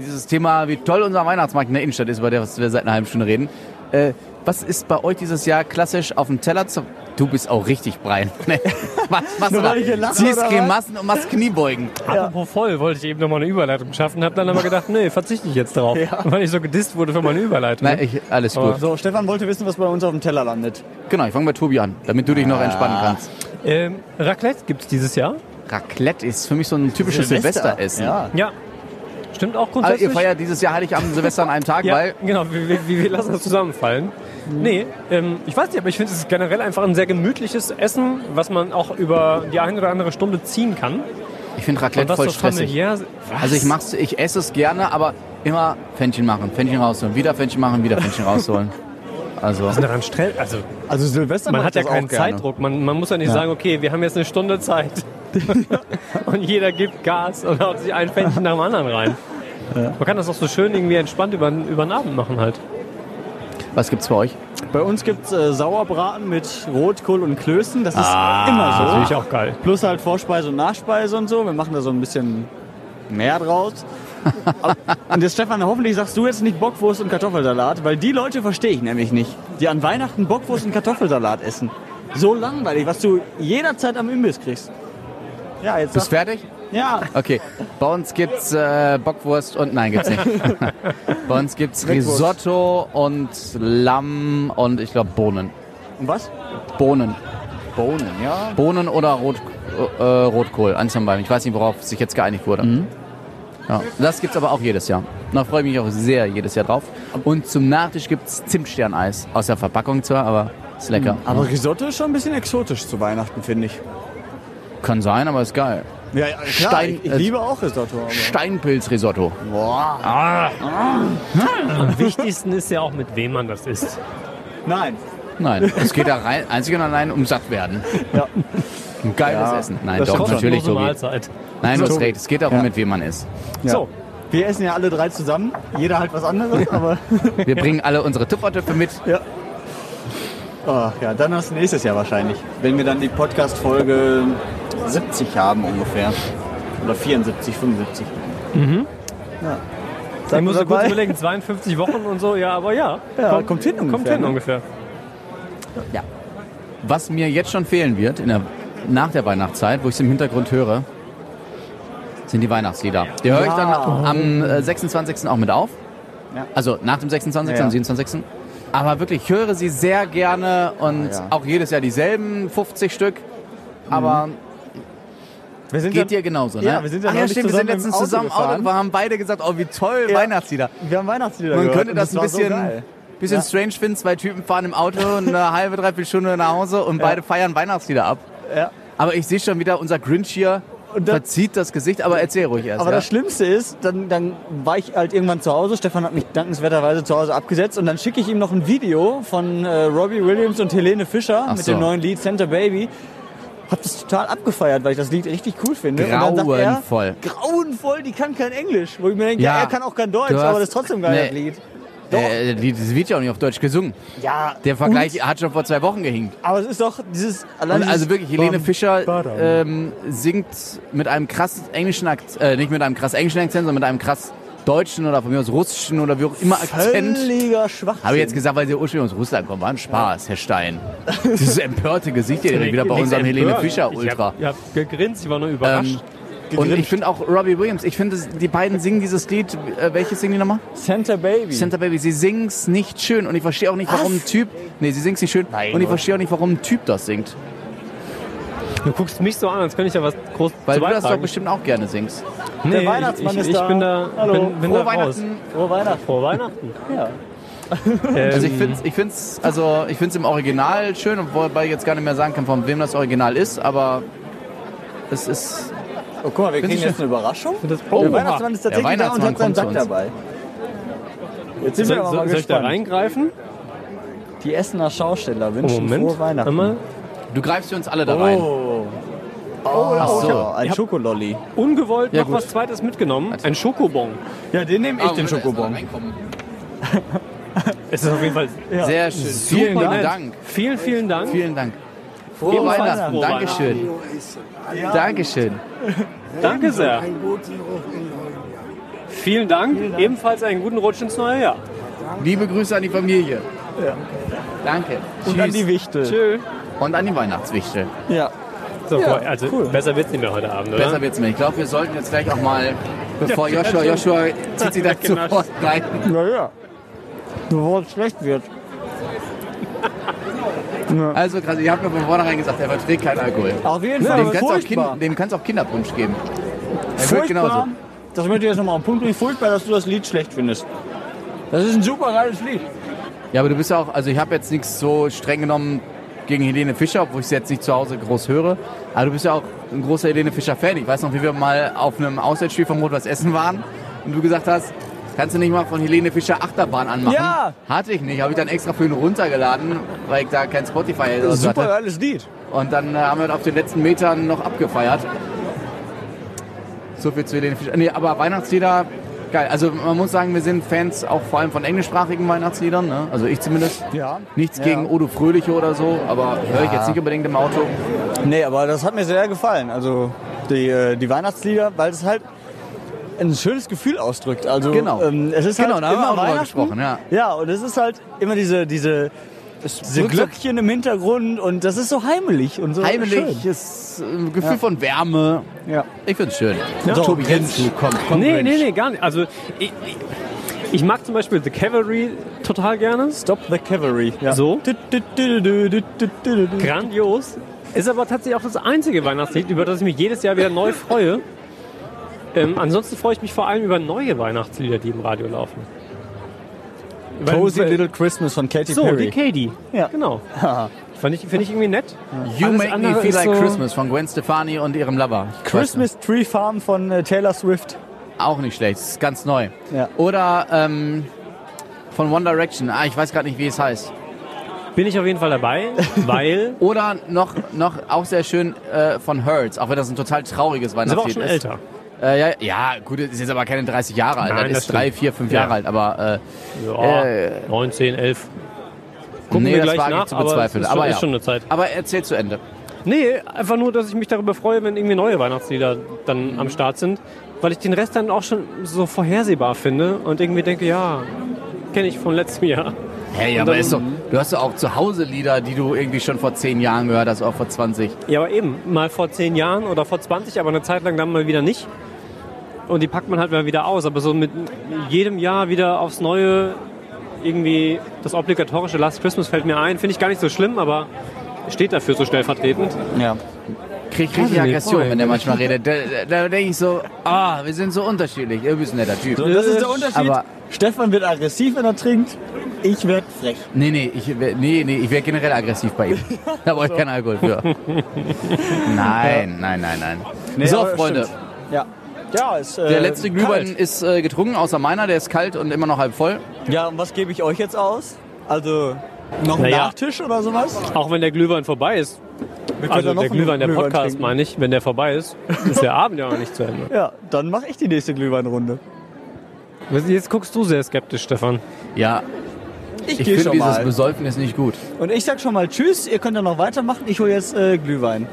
dieses Thema, wie toll unser Weihnachtsmarkt in der Innenstadt ist, über das wir seit einer halben Stunde reden. Äh, was ist bei euch dieses Jahr klassisch auf dem Teller zu... Du bist auch richtig Brian. Nee, was, was,
Nur
oder?
weil ich hier lache,
Ziehst
oder was?
Grimassen und machst Kniebeugen.
apropos voll, wollte ich eben noch mal eine Überleitung schaffen, habe dann aber gedacht, nee, verzichte ich jetzt drauf, weil ich so gedisst wurde für meine Überleitung. ne?
Nein, ich, alles
Aber-
gut.
So, Stefan wollte wissen, was bei uns auf dem Teller landet.
Genau, ich fange bei Tobi an, damit du dich noch entspannen kannst.
Ähm, Raclette gibt es dieses Jahr.
Raclette ist für mich so ein typisches Silvesteressen.
Ja.
Ja. Stimmt auch
Also
grundsätzlich.
ihr feiert dieses Jahr Heiligabend und Silvester an einem Tag,
ja,
weil Mhm.
genau, wir, wir, wir lassen das zusammenfallen. Nee, ähm, ich weiß nicht, aber ich finde es ist generell einfach ein sehr gemütliches Essen, was man auch über die eine oder andere Stunde ziehen kann.
ich finde
Und
Raclette
was
voll
so
stressig.
familiär.
Also ich mach's, ich esse es gerne, aber immer Pfännchen machen, Pfännchen rausholen, wieder Pfännchen machen, wieder Pfännchen rausholen. Also
Was ist denn daran strell- Also
Also Silvester
man
mache
hat
ich
ja
das auch
keinen
gerne.
Zeitdruck. Man, man muss ja nicht sagen, okay, wir haben jetzt eine Stunde Zeit. und jeder gibt Gas und haut sich ein Fännchen nach dem anderen rein. Man kann das auch so schön irgendwie entspannt über, über den Abend machen halt.
was gibt's bei euch?
Bei uns gibt's äh, Sauerbraten mit Rotkohl und Klößen. Das ist
Ah.
immer so.
Natürlich auch geil.
Plus halt Vorspeise und Nachspeise und so. Wir machen da so ein bisschen mehr draus. Aber- und jetzt, Stefan, hoffentlich sagst du jetzt nicht Bockwurst und Kartoffelsalat, weil die Leute verstehe ich nämlich nicht, die an Weihnachten Bockwurst und Kartoffelsalat essen. So langweilig, was du jederzeit am Imbiss kriegst. Ja, jetzt
Bist
sag,
fertig?
ja,
Okay. Bei uns gibt's äh, Bockwurst und nein gibt's nicht. Bei uns gibt's
Bockwurst.
Risotto und Lamm und ich glaube Bohnen.
und was?
Bohnen.
Bohnen, ja.
Bohnen oder Rot, äh, Rotkohl, eins von beiden. Ich weiß nicht, worauf sich jetzt geeinigt wurde.
Mhm.
Ja. Das gibt's aber auch jedes Jahr. Da freue ich mich auch sehr jedes Jahr drauf. Und zum Nachtisch gibt's Zimtsterneis. Aus der Verpackung zwar, aber ist lecker.
Mhm. Aber Risotto ist schon ein bisschen exotisch zu Weihnachten, finde ich.
Kann sein, aber ist geil.
Ja, ja
Stein-
ich, ich liebe auch Risotto. Aber.
Steinpilzrisotto.
Boah.
Ah.
Ah. Am wichtigsten ist ja auch, mit wem man das isst.
Nein.
Nein, es geht da rein, einzig und allein um satt werden.
Ja.
Ein geiles
Ja,
Essen. Nein,
das
doch,
stimmt schon.
natürlich,
Kostenlose
Tobi.
Mahlzeit.
Nein, du hast
Tobi.
recht. Es geht darum,
Ja.
mit wem man ist.
So,
Wir essen ja alle drei zusammen, jeder halt was anderes, aber
Wir bringen alle unsere Tuppertöpfe mit.
Ach ja, dann erst nächstes Jahr wahrscheinlich. Wenn wir dann die Podcast-Folge 70 haben ungefähr. Oder 74, 75.
Mhm.
ich muss
wir
so kurz
dabei?
überlegen, 52 Wochen und so, ja, aber ja.
Ja, kommt hin
Kommt
ungefähr,
hin
ne?
ungefähr.
Was mir jetzt schon fehlen wird, in der, nach der Weihnachtszeit, wo ich es im Hintergrund höre, sind die Weihnachtslieder. Die höre ich dann am äh, 26. auch mit auf.
Ja.
Also nach dem 26.,
Ja, ja.
am 27. Aber wirklich, ich höre sie sehr gerne und
Ah, Ja, ja.
auch jedes Jahr dieselben 50 Stück. Aber
Mhm. Wir sind
geht dir genauso, ne?
Ja, wir sind ja
Ach ja,
neulich
stimmt, wir sind
zusammen im
letztens
Auto
zusammen im Auto
gefahren.
gefahren, haben beide gesagt, oh, wie oh, toll, Weihnachtslieder.
wir haben Weihnachtslieder
Man
gehört
könnte
und
das ein
war so
bisschen-
geil.
Bisschen strange finden, zwei Typen fahren im Auto eine halbe, dreiviertel Stunde nach Hause und beide feiern Weihnachtslieder ab.
Ja.
Aber ich sehe schon wieder, unser Grinch hier
Und das-
verzieht das Gesicht, aber erzähl ruhig erst.
Aber
ja.
das Schlimmste ist, dann, dann war ich halt irgendwann zu Hause. Stefan hat mich dankenswerterweise zu Hause abgesetzt und dann schicke ich ihm noch ein Video von äh, Robbie Williams und Helene Fischer
Ach
mit
so.
dem neuen Lied Center Baby. Hab das total abgefeiert, weil ich das Lied richtig cool finde. Und dann sagt
Grauenvoll.
er, grauenvoll, die kann kein Englisch. Wo ich mir denke, ja,
Ja.
er kann auch kein Deutsch,
Du hast-
aber das ist trotzdem geil, das
Nee.
Lied. Doch,
äh, die- das wird ja auch nicht auf Deutsch gesungen.
ja.
Der Vergleich hat schon vor zwei Wochen gehinkt.
Und, aber es ist doch dieses... Allein
Und also
dieses-
wirklich, Helene
Bam,
Fischer
badam.
ähm, singt mit einem krass englischen Akzent, äh, nicht mit einem krass englischen Akzent, sondern mit einem krass deutschen oder von mir aus russischen oder wie auch immer Akzent.
Völliger Schwachsinn.
Habe ich jetzt gesagt, weil sie ursprünglich aus Russland kommen. War ein Spaß, Herr Stein. Dieses empörte Gesicht hier direkt wieder bei unserem Helene Fischer Ultra. Ähm,
Ich hab, ich hab gegrinst, ich war nur überrascht.
Und ich finde auch Robbie Williams, ich finde, die beiden singen dieses Lied, äh, welches singen die nochmal?
Center Baby.
Santa Baby, sie singt's nicht schön und ich verstehe auch nicht, warum ein Typ. Nee, sie singt's nicht schön und ich verstehe auch nicht, warum ein Typ das singt.
Du guckst mich so an, als könnte ich ja was groß
Weil
zu
du das doch
beitragen.
bestimmt auch gerne singst.
nee,
Der Weihnachtsmann
ich, ich,
ist
ich
da.
bin da,
Hallo.
bin,
Frohe
bin da raus.
Weihnachten!
Frohe Weihnachten.
Frohe Weihnachten.
Ja.
Also ich find's, ich find's, also ich find's im Original schön, wobei ich jetzt gar nicht mehr sagen kann, von wem das Original ist, aber es ist.
Oh, guck mal, wir kriegen
schön.
jetzt eine Überraschung.
Das,
Der Weihnachtsmann ist tatsächlich
Der Weihnachtsmann
da und hat seinen
kommt
Sack
zu uns.
dabei. Jetzt sind
soll,
wir aber mal
soll ich da
gespannt.
reingreifen?
Die Essener Schausteller
Oh,
wünschen
Moment.
frohe Weihnachten.
Einmal.
Du greifst für uns alle da rein.
Oh. Oh,
Ach so.
ein Schokololli.
Ungewollt
Ja,
noch
gut.
was Zweites mitgenommen. Ein Schokobon.
Ja, den nehme ich,
Ah,
den
Moment, erst
Schokobon.
mal reinkommen.
Es ist auf jeden Fall
Sehr schön. Vielen
super nett.
Dank.
Vielen, vielen Dank.
Vielen Dank. Frohe
Ebenfalls
Weihnachten.
frohe
Dankeschön. Dankeschön.
Danke sehr.
Einen guten Ruf in neuen Jahr.
Vielen Dank. Ebenfalls einen guten Rutsch ins neue Jahr.
Liebe Grüße an die Familie. Danke.
Und an
Tschüss.
die Wichtel.
Tschö.
Und an die Weihnachtswichtel.
Ja.
So,
Ja,
also besser wird's nicht mehr heute Abend, oder?
Besser wird's mir. Ich glaube, wir sollten jetzt gleich auch mal, bevor
Ja,
Joshua,
ja,
Joshua zieht sich dazu
Genau.
Weggenascht.
vorbereiten.
Naja. Bevor es schlecht wird.
Also krass, ich habe mir von vornherein gesagt, er verträgt keinen Alkohol.
Auf jeden Fall.
Dem kannst, du auch
furchtbar.
kind, dem kannst du auch Kinderpunsch geben. Er
furchtbar.
wird genauso.
Das möchte ich jetzt nochmal auf den Punkt bringen. Furchtbar, dass du das Lied schlecht findest. Das ist ein super geiles Lied.
Ja, aber du bist ja auch, also ich habe jetzt nichts so streng genommen gegen Helene Fischer, obwohl ich sie jetzt nicht zu Hause groß höre. Aber du bist ja auch ein großer Helene Fischer-Fan. Ich weiß noch, wie wir mal auf einem Auswärtsspiel vom Rot was Essen waren und du gesagt hast, kannst du nicht mal von Helene Fischer Achterbahn anmachen?
Ja.
Hatte ich nicht, habe ich dann extra für ihn runtergeladen, weil ich da kein Spotify oder so
Super
hatte.
geiles Lied.
Und dann äh, haben wir auf den letzten Metern noch abgefeiert. So viel zu Helene Fischer. Nee, aber Weihnachtslieder, geil. Also man muss sagen, wir sind Fans auch vor allem von englischsprachigen Weihnachtsliedern. Ne? Also ich zumindest.
Ja.
Nichts
Ja.
gegen Odo Fröhliche oder so, aber höre ich jetzt nicht unbedingt im Auto.
Nee, aber das hat mir sehr gefallen. Also die, äh, die Weihnachtslieder, weil es halt ein schönes Gefühl ausdrückt. Also
Genau.
ähm, es ist
Genau,
halt
da haben wir
immer
auch drüber
Weihnachten.
gesprochen, ja.
Ja, und es ist halt immer diese diese diese
wirkt so-
Glöckchen im Hintergrund und das ist so heimelig und so
Heimelig,
Schön.
das äh, Gefühl von Wärme.
Ja.
Ich find's schön. Tobi, jetzt du, komm, komm.
Nee,
Grinch.
nee, nee, gar nicht. Also ich, ich, ich mag zum Beispiel The Cavalry total gerne.
Stop the Cavalry. Ja.
So.
Du, du, du, du, du, du, du, du.
Grandios. Ist aber tatsächlich auch das einzige Weihnachtslied, über das ich mich jedes Jahr wieder neu freue. Ähm, ansonsten freue ich mich vor allem über neue Weihnachtslieder, die im Radio laufen. Weil-
Cozy
weil-
Little Christmas von Katy
So, die
Perry.
Katie.
Ja.
Genau. Fand ich, finde ich irgendwie nett.
You
Alles
make me
andere
feel
ist
like
so-
Christmas von Gwen Stefani und ihrem Lover. Ich weiß nicht.
Christmas Tree Farm von äh, Taylor Swift.
Auch nicht schlecht, ist ganz neu.
Ja.
Oder ähm, von One Direction, ah, ich weiß gerade nicht, wie es heißt.
Bin ich auf jeden Fall dabei, weil.
Oder noch, noch auch sehr schön äh, von Hertz, auch wenn das ein total trauriges
Ist aber auch
Weihnachtslied
schon
ist.
älter.
Äh, ja, ja, gut, es ist jetzt aber keine 30 Jahre alt,
Nein,
das
das
ist drei,
stimmt.
vier, fünf
Ja.
Jahre alt, aber
Ja,
Äh,
19, 11. Gucken
Nee,
wir
das
gleich
wage ich
nach,
zu
aber es
bezweifeln,
ist, schon-
aber
ist
ja.
schon eine Zeit.
äh, aber erzähl zu Ende.
Nee, einfach nur, dass ich mich darüber freue, wenn irgendwie neue Weihnachtslieder dann am Start sind, weil ich den Rest dann auch schon so vorhersehbar finde und irgendwie denke, ja, kenne ich von letztem Jahr.
Hey, aber ist doch, du hast doch auch zu Hause Lieder, die du irgendwie schon vor zehn Jahren gehört hast, auch vor 20.
Ja, aber eben, mal vor zehn Jahren oder vor 20, aber eine Zeit lang dann mal wieder nicht. Und die packt man halt mal wieder aus, aber so mit jedem Jahr wieder aufs Neue irgendwie das obligatorische Last Christmas fällt mir ein, finde ich gar nicht so schlimm, aber steht dafür so schnell vertretend.
Ja.
Krieg ich richtig
Kann ich nicht
Aggression, wenn der manchmal
vorstellen.
redet. Da, da denke ich so, ah, wir sind so unterschiedlich. Du bist ein netter Typ.
Und das ist der Unterschied.
Aber
Stefan wird aggressiv, wenn er trinkt. Ich werde frech.
Nee, nee, ich, wär- nee, nee, ich wäre generell aggressiv bei ihm. Da brauche ich keinen Alkohol für. Nein, nein, nein, nein. so,
aber
Freunde,
stimmt. Ja. Ja, ist, äh,
der letzte Glühwein
kalt.
ist äh, getrunken, außer meiner, der ist kalt und immer noch halb voll.
Ja, und was gebe ich euch jetzt aus? Also noch einen
Naja.
Nachtisch oder sowas?
Auch wenn der Glühwein vorbei ist.
Wir
Also der Glühwein, der Podcast
trinken.
meine ich, wenn der vorbei ist, ist der Abend ja noch nicht zu Ende.
Ja, dann mache ich die nächste Glühweinrunde.
Jetzt guckst du sehr skeptisch, Stefan.
Ja, ich
geh
finde dieses Besäufen ist nicht gut.
Und ich sag schon mal Tschüss, ihr könnt ja noch weitermachen. Ich hole jetzt äh, Glühwein.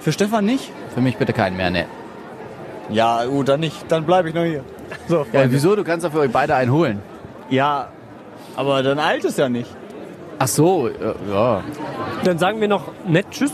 Für Stefan nicht?
Für mich bitte keinen mehr, ne.
Ja, gut, dann nicht. Dann bleibe ich noch hier. So,
Ja,
Freunde.
Äh, wieso? Du kannst doch für euch beide einen holen.
ja, aber dann eilt es ja nicht.
Ach so, äh, ja.
Dann sagen wir noch nett Tschüss.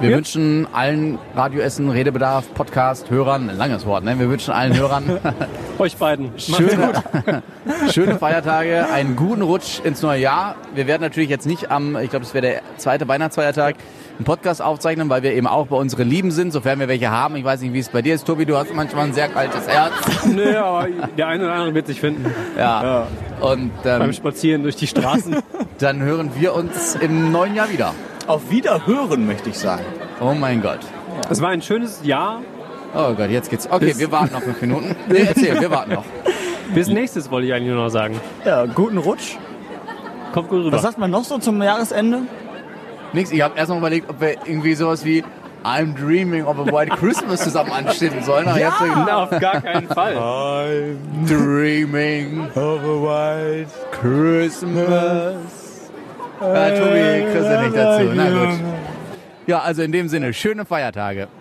Wir
Ja.
wünschen allen Radioessen, Redebedarf, Podcast, Hörern, ein langes Wort, ne? Wir wünschen allen Hörern
Euch beiden.
schöne, schöne Feiertage, einen guten Rutsch ins neue Jahr. Wir werden natürlich jetzt nicht am, ich glaube, das wäre der zweite Weihnachtsfeiertag, einen Podcast aufzeichnen, weil wir eben auch bei unseren Lieben sind, sofern wir welche haben. Ich weiß nicht, wie es bei dir ist, Tobi, du hast manchmal ein sehr kaltes Herz.
Nö, aber der eine oder andere wird sich finden.
Ja. Und
Beim
ähm,
Spazieren durch die Straßen.
dann hören wir uns im neuen Jahr wieder.
Auf Wiederhören, möchte ich sagen.
Oh mein Gott.
Es war ein schönes Jahr.
Oh Gott, jetzt geht's. Okay, wir warten noch fünf Minuten. Nee, erzähl, wir warten noch.
Bis nächstes wollte ich eigentlich nur noch sagen.
Ja, guten Rutsch.
Kommt gut
Was
rüber.
sagt man noch so zum Jahresende?
Nix, ich habe erst noch überlegt, ob wir irgendwie sowas wie I'm Dreaming of a White Christmas zusammen anstimmen sollen. Aber jetzt hab
Na, auf gar keinen Fall.
ich Dreaming of a White Christmas. Ah, Tobi, kriegst du nicht dazu. Na gut. Ja, also in dem Sinne, schöne Feiertage.